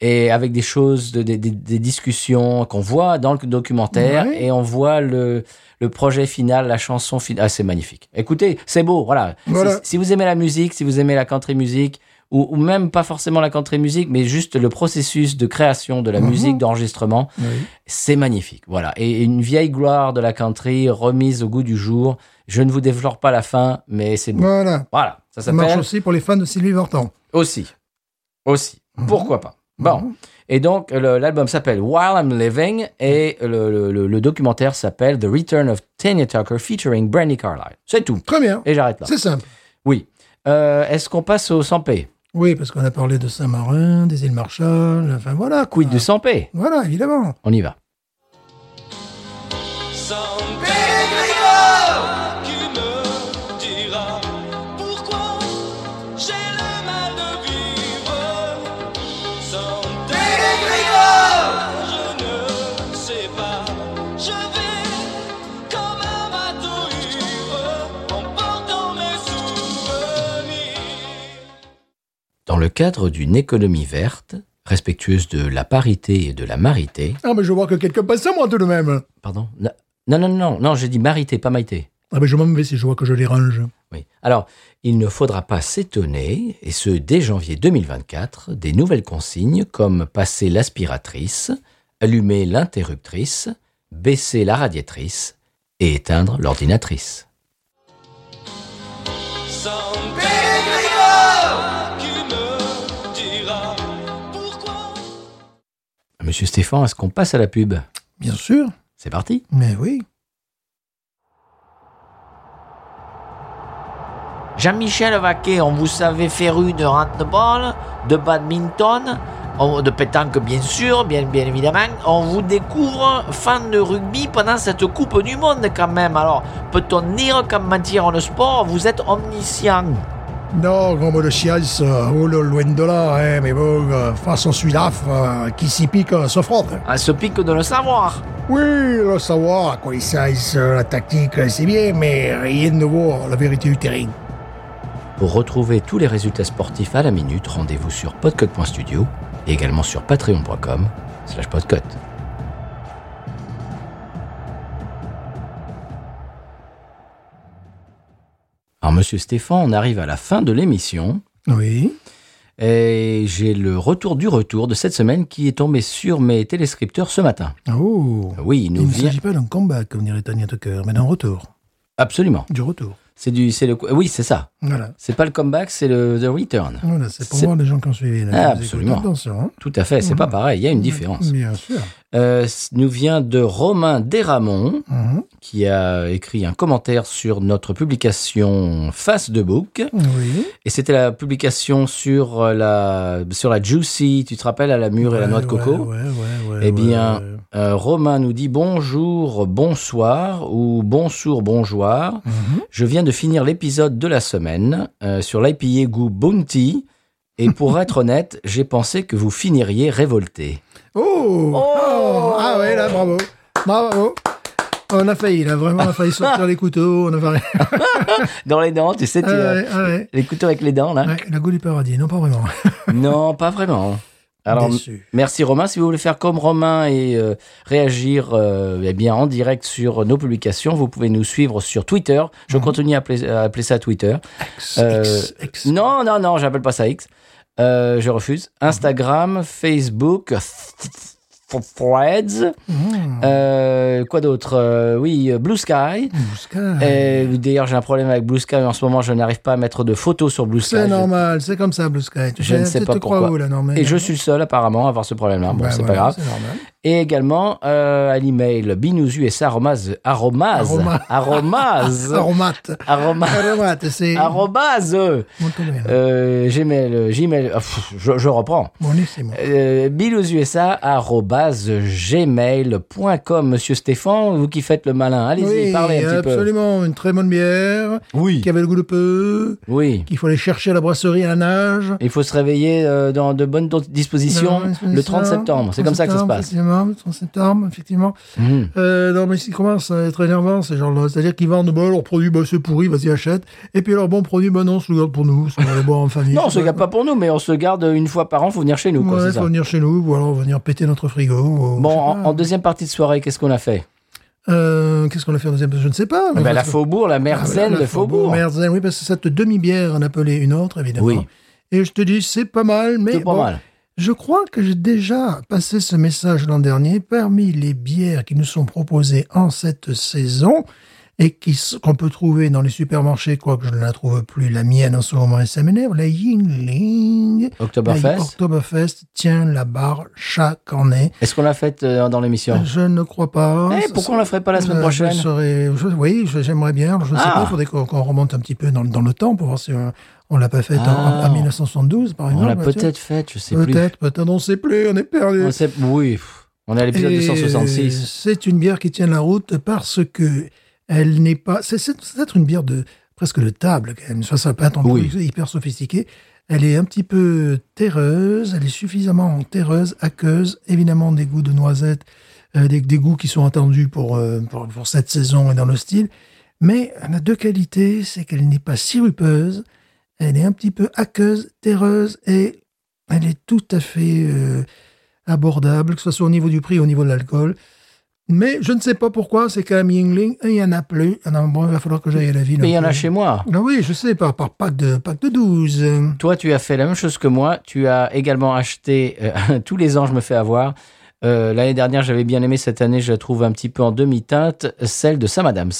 S1: Et avec des choses, de- des, des- des discussions qu'on voit dans le documentaire,
S2: Ouais.
S1: et on voit le, le projet final, la chanson finale. Ah, c'est magnifique. Écoutez, c'est beau, voilà.
S2: Voilà.
S1: Si- Si vous aimez la musique, si vous aimez la country music, ou, ou même pas forcément la country music, mais juste le processus de création de la
S2: Mhm.
S1: musique, d'enregistrement,
S2: Oui.
S1: c'est magnifique. Voilà. Et une vieille gloire de la country remise au goût du jour. Je ne vous développe pas la fin, mais c'est beau.
S2: Voilà.
S1: Voilà. Ça
S2: Ça marche
S1: s'appelle
S2: aussi pour les fans de Sylvie Vartan.
S1: aussi. Aussi.
S2: Mhm.
S1: Pourquoi pas Bon. Et donc, le- l'album s'appelle While I'm Living et le, le- le- le documentaire s'appelle The Return of Tanya Tucker featuring Brandy Carlyle. C'est tout.
S2: Très bien.
S1: Et j'arrête là.
S2: C'est simple.
S1: Oui. Euh, Est-ce qu'on passe au 100p
S2: Oui, parce qu'on a parlé de Saint-Marin, des îles Marshall, enfin voilà. quoi.
S1: Quid du 100p
S2: Voilà, évidemment.
S1: On y va.
S3: Sans bénévole qui me dira pourquoi j'ai le mal de vivre. Sans bénévole, je ne sais pas. Je vais comme un bateau ivre en portant mes souvenirs.
S1: Dans le cadre d'une économie verte, respectueuse de la parité et de la marité,
S2: Ah, mais je vois que quelqu'un passe à moi tout de même.
S1: pardon Non, non, non, non, non j'ai dit marité, pas maïté.
S2: Ah, mais je m'en vais si je vois que je les range.
S1: Oui. Alors, il ne faudra pas s'étonner, et ce dès janvier 2024, des nouvelles consignes comme passer l'aspiratrice, allumer l'interruptrice, baisser la radiatrice et éteindre l'ordinatrice.
S3: Sans bénévole,
S1: Monsieur Stéphane, est-ce qu'on passe à la pub
S2: Bien sûr,
S1: C'est parti.
S2: mais oui.
S1: Jean-Michel Vaquet, on vous savait féru de handball, de badminton, on- de pétanque bien sûr, bien, bien évidemment. On vous découvre fan de rugby pendant cette Coupe du Monde quand même. Alors, peut-on dire qu'en matière de sport, vous êtes omniscient
S2: Non, grand mot de chiasse, euh, oh là, loin de là, hein, mais bon, euh, face au Sudaf, euh, qui s'y pique euh, se frotte.
S1: À Ah, ce pic de le savoir.
S2: Oui, le savoir, la connaissance, euh, la tactique, euh, c'est bien, mais rien de nouveau, la vérité du terrain.
S1: Pour retrouver tous les résultats sportifs à la minute, rendez-vous sur podcut.studio et également sur patreon.com slash podcut. Alors monsieur Stéphane, on arrive à la fin de l'émission
S2: Oui.
S1: et j'ai le retour du retour de cette semaine qui est tombé sur mes téléscripteurs ce matin.
S2: Oh.
S1: Oui, il
S2: Il
S1: nous
S2: ne
S1: vient
S2: s'agit pas d'un combat, comme dirait Tania Tucker, mais d'un retour.
S1: absolument.
S2: Du retour.
S1: C'est du c'est le oui, c'est ça.
S2: Voilà.
S1: C'est pas le comeback, c'est le the return.
S2: Voilà, c'est pour
S1: C'est-
S2: moi les gens qui ont suivi.
S1: Ah,
S2: Là, Vous écoutez
S1: absolument.
S2: attention, hein.
S1: Tout à fait, c'est pas pareil, il y a une différence.
S2: Bien sûr.
S1: Euh, c- nous vient de Romain Desramon,
S2: Mhm.
S1: qui a écrit un commentaire sur notre publication Face de Book.
S2: Oui.
S1: Et c'était la publication sur euh, la, sur la Juicy, tu te rappelles, à la mûre et la
S2: Ouais,
S1: noix de coco.
S2: Ouais, ouais, ouais, ouais,
S1: Eh bien,
S2: ouais.
S1: Euh, Romain nous dit bonjour, bonsoir ou bonsour, bonjour.
S2: Mhm.
S1: Je viens de finir l'épisode de la semaine euh, sur l'IPA goût Bounty. Et
S2: <laughs>
S1: pour être honnête, j'ai pensé que vous finiriez révolté.
S2: Oh, Oh Ah ouais, là, bravo. Bravo. On a failli, là, vraiment, on a failli sortir les couteaux. On
S1: <laughs>
S2: a failli...
S1: Dans les dents, tu sais, tu,
S2: Ah
S1: euh,
S2: ouais, ah ouais.
S1: les couteaux avec les dents, là.
S2: Ouais, le goût du paradis, non pas vraiment.
S1: Non, pas vraiment. Alors,
S2: Déçu.
S1: merci Romain. Si vous voulez faire comme Romain et euh, réagir euh, eh bien, en direct sur nos publications, vous pouvez nous suivre sur Twitter. Je
S2: Mhm.
S1: continue à appeler, à appeler ça Twitter.
S2: Ex,
S1: euh,
S2: ex, ex.
S1: Non, non, non, j'appelle pas ça X. Euh, je refuse.
S2: Mhm.
S1: Instagram, Facebook, Threads.
S2: Mmh.
S1: euh, quoi d'autre Euh, Oui, euh, Blue Sky.
S2: Bousca.
S1: Et D'ailleurs, j'ai un problème avec Blue Sky. En ce moment, je n'arrive pas à mettre de photos sur Blue Sky.
S2: C'est
S1: Je-
S2: normal, c'est comme ça, Blue Sky. Tu
S1: Je ne sais
S2: tu
S1: pas
S2: te
S1: pourquoi.
S2: crois où, là, non, mais-
S1: Et je suis le seul apparemment à avoir ce problème-là. Ah Bon,
S2: Bah,
S1: c'est
S2: voilà,
S1: pas grave.
S2: C'est normal.
S1: Et également euh, à l'email binoususaromas aromas
S2: Aroma. <laughs>
S1: aromas
S2: Aromate.
S1: aromas
S2: Aromate,
S1: <laughs>
S2: c'est.
S1: aromas
S2: Bon, tombé, là.
S1: euh, gmail gmail ah, pff, je, je reprends
S2: Bon, laissez-moi.
S1: euh, binoususa@gmail.com monsieur Stéphane vous qui faites le malin allez-y
S2: oui,
S1: parlez un petit
S2: absolument, une très bonne
S1: peu
S2: bière
S1: oui
S2: qui avait le goût de peu,
S1: oui
S2: qu'il faut aller chercher à la brasserie à la nage.
S1: il faut se réveiller euh, dans de bonnes dispositions
S2: Non, c'est
S1: le 30 septembre c'est
S2: 30
S1: comme ça que ça se passe
S2: Effectivement, le 30 septembre, effectivement.
S1: Mhm.
S2: Euh, non, mais ce qui commence à être énervant, c'est genre, là, c'est-à-dire qu'ils vendent, bon, leurs produits, bah, c'est pourri, vas-y, achète. Et puis leurs bons produits, bah, non, on se le garde pour nous, on va les boire en famille.
S1: non on se garde pas pour nous mais on se garde une fois par an faut venir chez nous quoi,
S2: Ouais,
S1: c'est ça.
S2: faut venir chez nous, ou alors venir péter notre frigo. ou-
S1: Bon,
S2: je sais
S1: en,
S2: pas.
S1: en deuxième partie de soirée, qu'est-ce qu'on a fait
S2: Euh, qu'est-ce qu'on a fait en deuxième Je ne sais pas.
S1: Eh ben, La
S2: Ah, parce que-
S1: Faubourg, la Merzen
S2: Ah, la
S1: de Faubourg.
S2: Merzen, oui, parce que cette demi-bière en appelait une autre, évidemment.
S1: Oui.
S2: Et je te dis, c'est pas mal, mais
S1: C'est pas
S2: bon,
S1: mal.
S2: je crois que j'ai déjà passé ce message l'an dernier. Parmi les bières qui nous sont proposées en cette saison et qui s- qu'on peut trouver dans les supermarchés, quoique je ne la trouve plus, la mienne en ce moment, et ça m'énerve, la Yingling.
S1: Oktoberfest.
S2: La Oktoberfest tient la barre chaque année.
S1: Est-ce qu'on l'a faite euh, dans l'émission
S2: Je ne crois pas.
S1: Eh,
S2: Ça-
S1: Pourquoi on la ferait pas la semaine
S2: euh,
S1: prochaine
S2: je serais- je- Oui, je- j'aimerais bien. Je ne sais
S1: Ah.
S2: pas, il faudrait qu'on qu'on remonte un petit peu dans, dans le temps pour voir si euh, on l'a pas faite en- en,
S1: Ah.
S2: en 1972, par
S1: On
S2: exemple.
S1: l'a
S2: bah, tiens.
S1: peut-être faite, je sais plus.
S2: Peut-être, peut-être, on ne sait plus, on est perdu.
S1: On sait- Oui, pff, on est à l'épisode
S2: Et
S1: 266.
S2: C'est une bière qui tient la route parce que elle n'est pas. C'est c'est- c'est peut-être une bière de presque de table quand même. Ça, ça peut être un peu
S1: Oui.
S2: hyper sophistiqué. Elle est un petit peu terreuse. Elle est suffisamment terreuse, aqueuse. Évidemment des goûts de noisettes, euh, des, des goûts qui sont attendus pour, euh, pour pour cette saison et dans le style. Mais elle a deux qualités, c'est qu'elle n'est pas sirupeuse. Elle est un petit peu aqueuse, terreuse et elle est tout à fait euh, abordable, que ce soit au niveau du prix, au niveau de l'alcool. Mais je ne sais pas pourquoi, c'est quand même Yingling, et il n'y en a plus. Ah non, bon, il va falloir que j'aille à la ville.
S1: Mais il y
S2: un
S1: en a
S2: peu.
S1: chez moi.
S2: Ah oui, je sais, par, par pack, de, pack de 12. euh,
S1: Toi, tu as fait la même chose que moi. Tu as également acheté, euh, <laughs> tous les ans, je me fais avoir. Euh, L'année dernière, j'avais bien aimé. Cette année, je la trouve un petit peu en demi-teinte, celle de Sam Adams.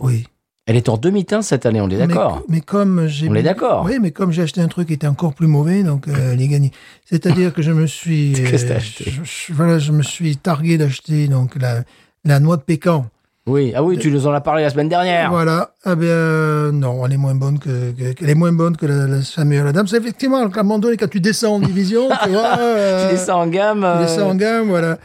S2: Oui.
S1: Elle est en demi-teinte cette année, on est d'accord.
S2: Mais, mais comme j'ai.
S1: On est d'accord.
S2: Oui, mais comme j'ai acheté un truc qui était encore plus mauvais, donc euh, elle est gagnée. C'est-à-dire que je me
S1: <laughs>
S2: suis.
S1: Qu'est-ce que t'as
S2: euh,
S1: acheté
S2: je- je- Voilà, je me suis targué d'acheter donc la, la noix de pécan.
S1: Oui, ah oui, tu nous en as parlé la semaine dernière.
S2: Voilà. Ah ben euh, non, elle est moins bonne que, que- elle est moins bonne que la, la Samuel Adams. Effectivement, à un moment donné, quand tu descends
S1: <laughs>
S2: en division, tu vois. euh,
S1: tu descends en gamme.
S2: tu
S1: euh,
S2: descends en gamme, voilà.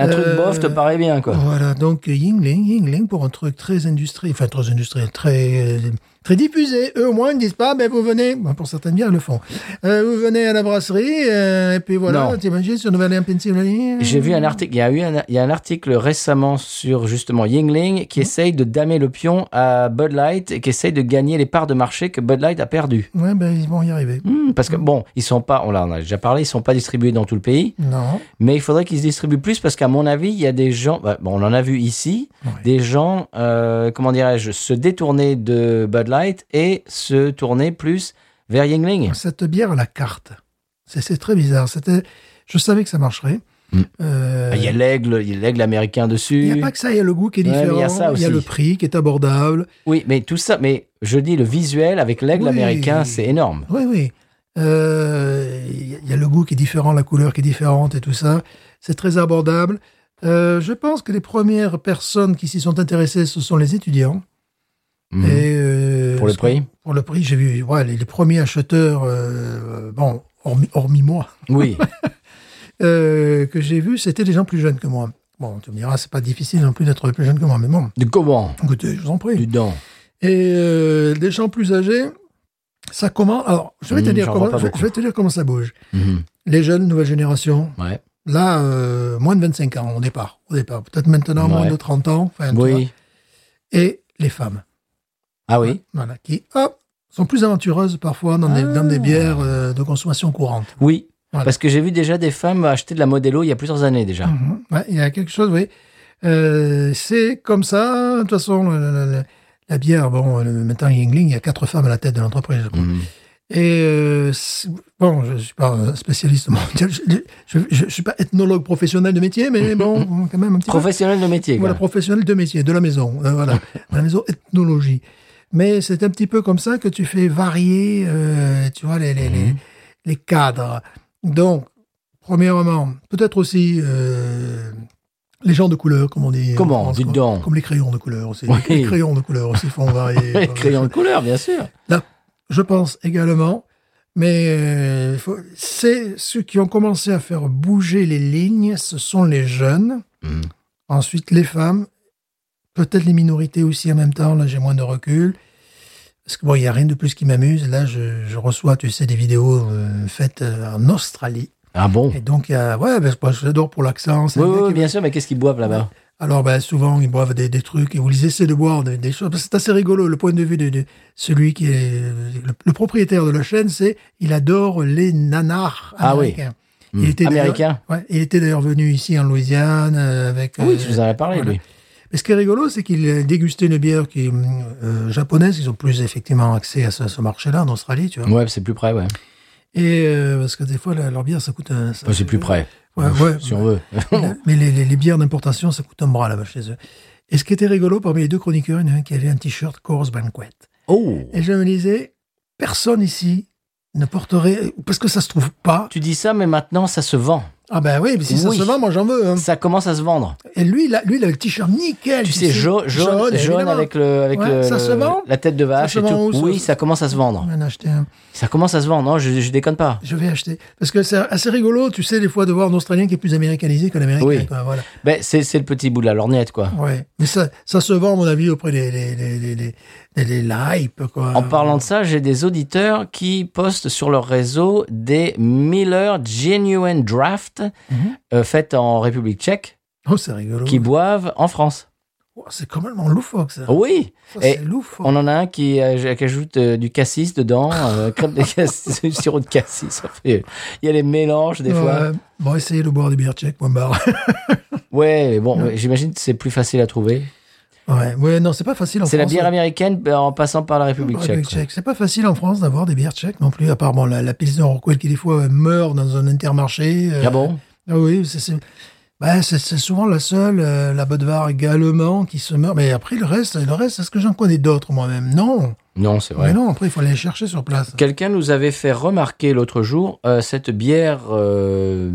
S1: un truc
S2: euh,
S1: bof te paraît bien, quoi.
S2: Voilà, donc Yingling, Yingling pour un truc très industriel, enfin très industriel, très, euh, très diffusé. Eux au moins ils disent pas, ben vous venez, Bon, pour certaines bières ils le font, Euh, vous venez à la brasserie, euh, et puis voilà,
S1: Non.
S2: t'imagines sur Nouvelle en Pennsylvanie euh,
S1: J'ai vu un article, il y a eu un, il y a un article récemment sur justement Yingling
S2: Mmh.
S1: qui essaye de damer le pion à Bud Light et qui essaye de gagner les parts de marché que Bud Light a perdu.
S2: Ouais, ben ils vont y arriver.
S1: Hmm, parce que bon, ils sont pas, on en a déjà parlé, ils sont pas distribués dans tout le pays,
S2: Non,
S1: mais il faudrait qu'ils se distribuent plus parce qu'à mon avis, il y a des gens, bah, bon, on en a vu ici,
S2: Ouais.
S1: des gens, euh, comment dirais-je, se détourner de Bud Light et se tourner plus vers Yingling.
S2: cette bière à la carte, c'est c'est très bizarre. C'était, je savais que ça marcherait.
S1: Mm.
S2: Euh,
S1: Ah, Il y a l'aigle, il y a l'aigle américain
S2: il
S1: dessus.
S2: y a pas que ça, il y a le goût qui est
S1: Ouais, mais il y a
S2: différent,
S1: ça
S2: il y a
S1: aussi.
S2: le prix qui est abordable.
S1: Oui, mais tout ça, mais je dis le visuel avec l'aigle
S2: Oui.
S1: américain, c'est énorme.
S2: Oui, oui. Euh, Il y a le goût qui est différent, la couleur qui est différente et tout ça. C'est très abordable. Euh, je pense que les premières personnes qui s'y sont intéressées, ce sont les étudiants.
S1: Mhm.
S2: Et, euh,
S1: Pour le
S2: ce-
S1: prix
S2: Pour le prix, j'ai vu ouais, les, les premiers acheteurs, euh, bon, hormis, hormis moi, <laughs>
S1: Oui,
S2: euh, que j'ai vu, c'était des gens plus jeunes que moi. Bon, tu me diras, c'est pas difficile non plus d'être plus jeune que moi, mais bon,
S1: du comment
S2: écoutez, je vous en prie.
S1: Du dent.
S2: Et euh, des gens plus âgés, ça commence. Alors, je vais,
S1: Mmh,
S2: te dire
S1: j'en vois
S2: comment,
S1: pas
S2: je-
S1: beaucoup.
S2: je vais te dire comment ça bouge.
S1: Mhm.
S2: les jeunes, nouvelle génération,
S1: Ouais.
S2: là, euh, moins de 25 ans au départ. Au départ. Peut-être maintenant, moins
S1: Ouais.
S2: de 30 ans. enfin, Ah, tu vois.
S1: Oui.
S2: Et les femmes.
S1: Ah oui Ah.
S2: Voilà, qui, hop, sont plus aventureuses parfois dans, des, dans des bières euh, de consommation courante.
S1: Oui.
S2: Voilà.
S1: Parce que j'ai vu déjà des femmes acheter de la Modelo il y a plusieurs années déjà.
S2: Mhm. Ouais, il y a quelque chose, oui. Euh, c'est comme ça. De toute façon, la, la- la- la bière, bon, le- maintenant, Yingling, il y a quatre femmes à la tête de l'entreprise.
S1: Mhm.
S2: Et euh, c'est- bon, je suis pas un spécialiste mondial. Je, je, je- je suis pas ethnologue professionnel de métier, mais bon, quand même un petit peu.
S1: Professionnel de métier.
S2: Voilà,
S1: quoi. <laughs>
S2: professionnel de métier, de la maison, euh, voilà, de la maison ethnologie. Mais c'est un petit peu comme ça que tu fais varier, euh, tu vois, les, les,
S1: Mhm.
S2: les, les cadres. Donc, premièrement, peut-être aussi euh, les gens de couleur, comme on dit. en
S1: Comment,
S2: France,
S1: dites
S2: quoi.
S1: donc.
S2: Comme les crayons de couleur aussi.
S1: Oui.
S2: Les crayons de couleur aussi font varier.
S1: <laughs>
S2: euh,
S1: Les crayons de couleur, bien sûr.
S2: Là, je pense également, mais euh, il faut- c'est ceux qui ont commencé à faire bouger les lignes, ce sont les jeunes,
S1: Mhm.
S2: ensuite les femmes, peut-être les minorités aussi en même temps, là j'ai moins de recul. Parce que bon, il n'y a rien de plus qui m'amuse. Là, je, je reçois, tu sais, des vidéos euh, faites euh, en Australie.
S1: Ah bon
S2: Et donc, il y a, ouais, ben, moi, j'adore pour l'accent. c'est
S1: Oui,
S2: un gars
S1: oui,
S2: qui-
S1: bien sûr, mais qu'est-ce qu'ils boivent là-bas
S2: alors, ben, souvent, ils boivent des, des trucs et vous les essaient de boire des, des choses. Parce que C'est assez rigolo. Le point de vue de, de celui qui est le, le propriétaire de la chaîne, c'est il adore les nanars
S1: Ah oui.
S2: américains. Il était d'ailleurs-
S1: Américain Ah
S2: Ouais, il était d'ailleurs venu ici en Louisiane euh, avec.
S1: Oui,
S2: euh,
S1: tu nous en as parlé,
S2: voilà.
S1: lui.
S2: Mais ce qui est rigolo, c'est qu'il euh, dégustait une bière qui est hum, euh, japonaise. Ils ont plus effectivement accès à ce, ce marché-là en Australie, tu vois.
S1: Ouais, c'est plus près, ouais.
S2: Et euh, parce que des fois, la- leur bière, ça coûte un. ça-
S1: Enfin, Bah, c'est plus près,
S2: Ouais, ouais.
S1: si on veut.
S2: Hein, Mais les, les- les bières d'importation, ça coûte un bras là-bas chez eux. Et ce qui était rigolo, parmi les deux chroniqueurs, il y en a un qui avait un t-shirt Coors Banquet.
S1: Oh
S2: Et je me disais, personne ici ne porterait, parce que ça se trouve pas.
S1: Tu dis ça, mais maintenant, ça se vend.
S2: Ah ben oui, mais si ça
S1: Oui.
S2: se vend, moi j'en veux. hein.
S1: Ça commence à se vendre.
S2: Et lui, il a- lui, il avait le t-shirt nickel.
S1: Tu sais, jau- jaune, jaune,
S2: évidemment.
S1: avec, le, avec
S2: Ouais,
S1: le-
S2: ça se vend
S1: la tête de vache
S2: Ça se
S1: et
S2: vend
S1: tout.
S2: où, ça-
S1: oui, ça commence à se
S2: Je
S1: vendre.
S2: vais en acheter un.
S1: Ça commence à se vendre, non je, je déconne pas.
S2: Je vais acheter. Parce que c'est assez rigolo, tu sais, des fois, de voir un Australien qui est plus américanisé qu'un Américain.
S1: Oui.
S2: quoi, voilà.
S1: Ben, c'est c'est le petit bout de la lorgnette, quoi.
S2: Ouais. Mais ça, ça se vend, à mon avis, auprès des, des, des, des, des, des- des- des hype, quoi.
S1: En parlant de ça, j'ai des auditeurs qui postent sur leur réseau des Miller Genuine Draft
S2: Mhm.
S1: euh, faites en République tchèque
S2: Oh, c'est rigolo.
S1: qui boivent en France.
S2: Oh, c'est complètement loufoque, ça.
S1: Oui,
S2: Ça,
S1: Et
S2: c'est loufoque.
S1: Oh. Eh, on en a un qui, euh, qui ajoute euh, du cassis dedans,
S2: <laughs>
S1: euh, crème de cassis, du sirop de cassis. Enfin, Il y a les mélanges des fois.
S2: Ouais. Bon, essayez de boire des bières tchèques, point barre.
S1: Ouais, mais bon, j'imagine que c'est plus facile à trouver.
S2: <laughs> ouais. ouais, non, c'est pas facile en France.
S1: C'est la bière américaine ben, en passant par la République
S2: Ouais,
S1: tchèque.
S2: République tchèque. C'est pas facile en France d'avoir des bières tchèques non plus, à part bon, la, la Pilsner Rockwell qui des fois euh, meurt dans un intermarché. euh,
S1: Ah bon
S2: Ah oui, c'est- c'est- Ben, c'est c'est souvent la seule, euh, la Bodvar également, qui se meurt. Mais après, le reste, le reste, est-ce que j'en connais d'autres moi-même Non.
S1: Non, c'est vrai.
S2: Mais non, après, il faut aller les chercher sur place.
S1: Quelqu'un nous avait fait remarquer l'autre jour euh, cette bière euh,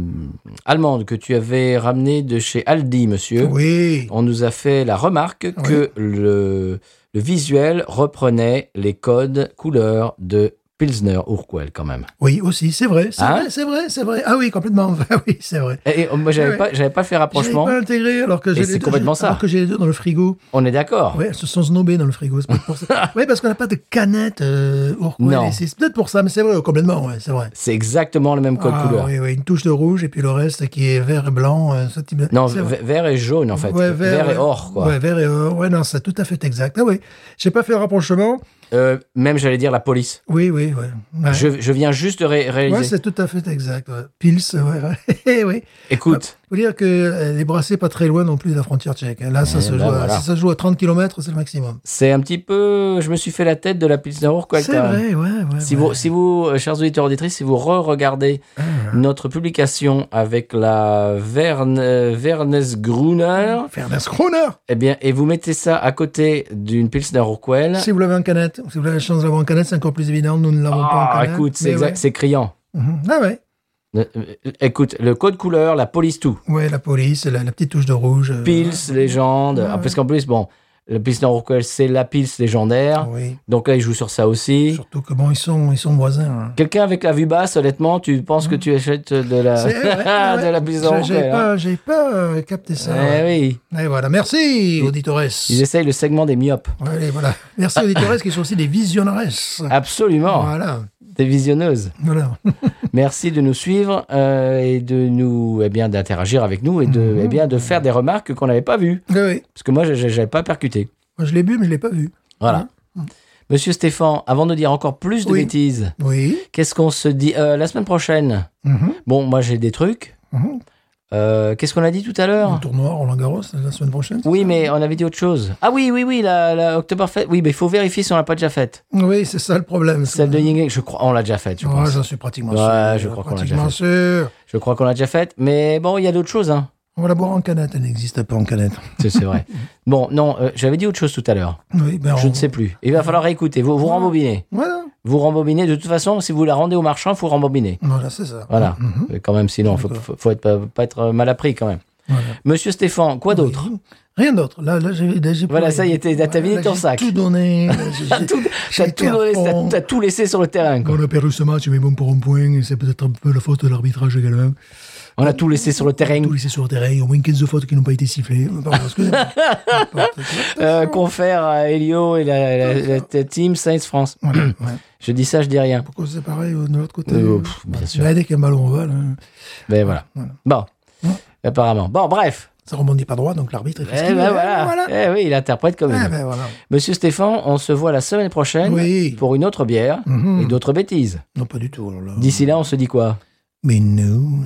S1: allemande que tu avais ramenée de chez Aldi, monsieur.
S2: Oui.
S1: On nous a fait la remarque que le, le visuel reprenait les codes couleurs de Pilsner Urquell quand même.
S2: Oui, aussi, c'est vrai. C'est
S1: Hein
S2: vrai, c'est vrai, c'est vrai. Ah oui, complètement. <laughs> Ah oui, c'est vrai.
S1: Et, et, euh, moi, j'avais
S2: Ouais.
S1: pas, j'avais pas fait
S2: J'avais
S1: rapprochement.
S2: pas intégré alors que j'ai les
S1: c'est
S2: deux-
S1: complètement ça. Oh.
S2: Alors que j'ai les deux dans le frigo.
S1: On est d'accord.
S2: Ouais, elles se sont snobées dans le frigo. C'est peut-être pour
S1: <laughs>
S2: ça. oui, parce qu'on n'a pas de canette. Euh, Urquell,
S1: Non.
S2: et C'est c'est peut-être pour ça, mais c'est vrai, complètement. Ouais, c'est vrai.
S1: C'est exactement le même code
S2: Ah,
S1: couleur.
S2: Oui, oui, une touche de rouge et puis le reste qui est vert et blanc. euh, ce type de-
S1: Non,
S2: c'est vrai.
S1: ve- vert et jaune en fait.
S2: Ouais,
S1: vert, et
S2: ouais.
S1: or quoi.
S2: Ouais, vert et or. Ouais, non, c'est tout à fait exact. Ah oui, j'ai pas fait le rapprochement.
S1: Euh, même j'allais dire la police.
S2: Oui, oui, ouais. Ouais.
S1: Je, je viens juste de ré-
S2: Ouais,
S1: réaliser.
S2: c'est tout à fait exact. ouais. Pils, ouais, ouais. <laughs> Eh oui.
S1: Écoute,
S2: Faut dire que euh, les brassés pas très loin non plus de la frontière tchèque. hein. Là, ça,
S1: Eh
S2: se,
S1: ben,
S2: joue à,
S1: voilà.
S2: ça se joue à 30 km, c'est le maximum.
S1: c'est un petit peu. Je me suis fait la tête de la Pilsner Urquell.
S2: C'est
S1: quand même.
S2: vrai, Ah, ouais, ouais.
S1: Si
S2: ouais.
S1: vous, si vous, euh, chers auditeurs auditrices, si vous re-regardez notre publication avec la Verne, euh, Vernesgruner,
S2: Faire un scrooner
S1: eh bien, et vous mettez ça à côté d'une Pilsner Urquell,
S2: Si vous l'avez en canette, si vous avez la chance de l'avoir en canette, c'est encore plus évident. Nous ne l'avons pas en
S1: ah,
S2: canette.
S1: écoute, c'est
S2: mais
S1: exact-
S2: ouais.
S1: c'est criant.
S2: Mhm. Ah ouais.
S1: Euh, euh, Écoute, le code couleur, la police, tout.
S2: Ouais, la police, la, la petite touche de rouge. euh,
S1: Pils, légende. Ah, parce qu'en plus, bon, le Pilsner Urquell, c'est la Pils légendaire.
S2: Oui.
S1: Donc là, il joue sur ça aussi.
S2: Surtout que bon, ils sont, ils sont voisins. hein.
S1: Quelqu'un avec la vue basse, honnêtement, tu penses que tu achètes de la, <laughs>
S2: C'est vrai, ouais,
S1: Euh, de la Pilsner
S2: J'ai- J'ai
S1: Urquell, hein.
S2: pas, j'ai pas euh, capté ça.
S1: Eh
S2: ouais.
S1: oui.
S2: Et voilà, merci auditores.
S1: Ils essayent le segment des myopes.
S2: Ouais, et voilà. Merci auditores qui sont aussi des visionnaires.
S1: Ah, Absolument.
S2: Voilà,
S1: Des visionneuses.
S2: voilà. <laughs>
S1: Merci de nous suivre euh, et de nous, eh bien, d'interagir avec nous et de,
S2: Mhm.
S1: eh bien, de faire des remarques qu'on n'avait pas vues.
S2: Ouais, ouais.
S1: Parce que moi, j'ai- j'ai j'avais pas percuté.
S2: Moi, je l'ai bu, mais je l'ai pas vu.
S1: Voilà. Monsieur Stéphane, avant de dire encore plus de
S2: Oui.
S1: bêtises,
S2: Oui.
S1: qu'est-ce qu'on se dit euh, la semaine prochaine
S2: Mhm.
S1: Bon, moi, j'ai des trucs.
S2: Mhm.
S1: Euh, qu'est-ce qu'on a dit tout à l'heure
S2: Le tournoi Roland Garros la semaine prochaine.
S1: Oui, mais on avait dit autre chose. Ah oui, oui, oui, la, la Oktoberfest. Oui, mais il faut vérifier si on l'a pas déjà faite.
S2: Oui, Ah, c'est ça le problème.
S1: Celle de Yingling, je crois, on l'a déjà faite, je
S2: Ouais,
S1: pense.
S2: j'en suis pratiquement
S1: Ouais,
S2: sûr.
S1: je crois qu'on l'a
S2: Pratiquement
S1: déjà fait.
S2: sûr.
S1: Je crois qu'on l'a déjà faite, mais bon, il y a d'autres choses.
S2: <laughs>
S1: Hein.
S2: On va la boire en canette. Elle n'existe pas en canette.
S1: C'est c'est vrai. bon, non, euh, j'avais dit autre chose tout à l'heure.
S2: Oui, ben
S1: Je
S2: on-
S1: ne sais plus. Il va falloir écouter. Vous, vous rembobinez.
S2: Voilà.
S1: Vous rembobinez. De toute façon, si vous la rendez au marchand, il faut rembobiner.
S2: Voilà, c'est ça.
S1: Voilà.
S2: Mm-hmm.
S1: Euh, Quand même, sinon, faut, faut, faut être, pas, pas être euh, mal appris quand même.
S2: Voilà.
S1: Monsieur Stéphane, quoi d'autre <laughs>
S2: Rien d'autre. Là, là, j'ai, là, j'ai
S1: Voilà,
S2: plus
S1: ça y
S2: rien.
S1: est, t'es- t'as
S2: Voilà,
S1: vidé
S2: là,
S1: ton
S2: j'ai
S1: sac. <laughs>
S2: Tout donné. Là, j'ai-
S1: T'as tout,
S2: j'ai
S1: t'as
S2: été
S1: tout
S2: à
S1: donné,
S2: fond.
S1: t'as- t'as tout laissé sur le terrain. quoi.
S2: On a perdu ce match, mais bon, pour un point, et c'est peut-être un peu la faute de l'arbitrage également.
S1: On a tout laissé sur le terrain.
S2: Tout laissé sur le terrain, au moins 15 fautes qui n'ont pas
S1: <laughs>
S2: été sifflées. Pardon, excusez-moi. N'importe.
S1: Euh, confère à Elio et la, la- la- la team Science France.
S2: Voilà, ouais.
S1: Je dis ça, je dis rien.
S2: Pourquoi c'est pareil euh, de l'autre côté
S1: Euh,
S2: euh,
S1: pff, bien
S2: ouais.
S1: sûr.
S2: Mais dès qu'il y a un ballon ovale, hein,
S1: Ben voilà. Bon, apparemment. Bon, bref.
S2: ça rebondit pas droit, donc l'arbitre est
S1: Eh ben voilà. Eh oui, il interprète comme il veut.
S2: Eh euh, ben voilà.
S1: Monsieur Stéphane, on se voit la semaine prochaine
S2: Oui.
S1: pour une autre bière et d'autres bêtises.
S2: Non, pas du tout. alors là.
S1: D'ici là, on se dit quoi
S2: Mais news.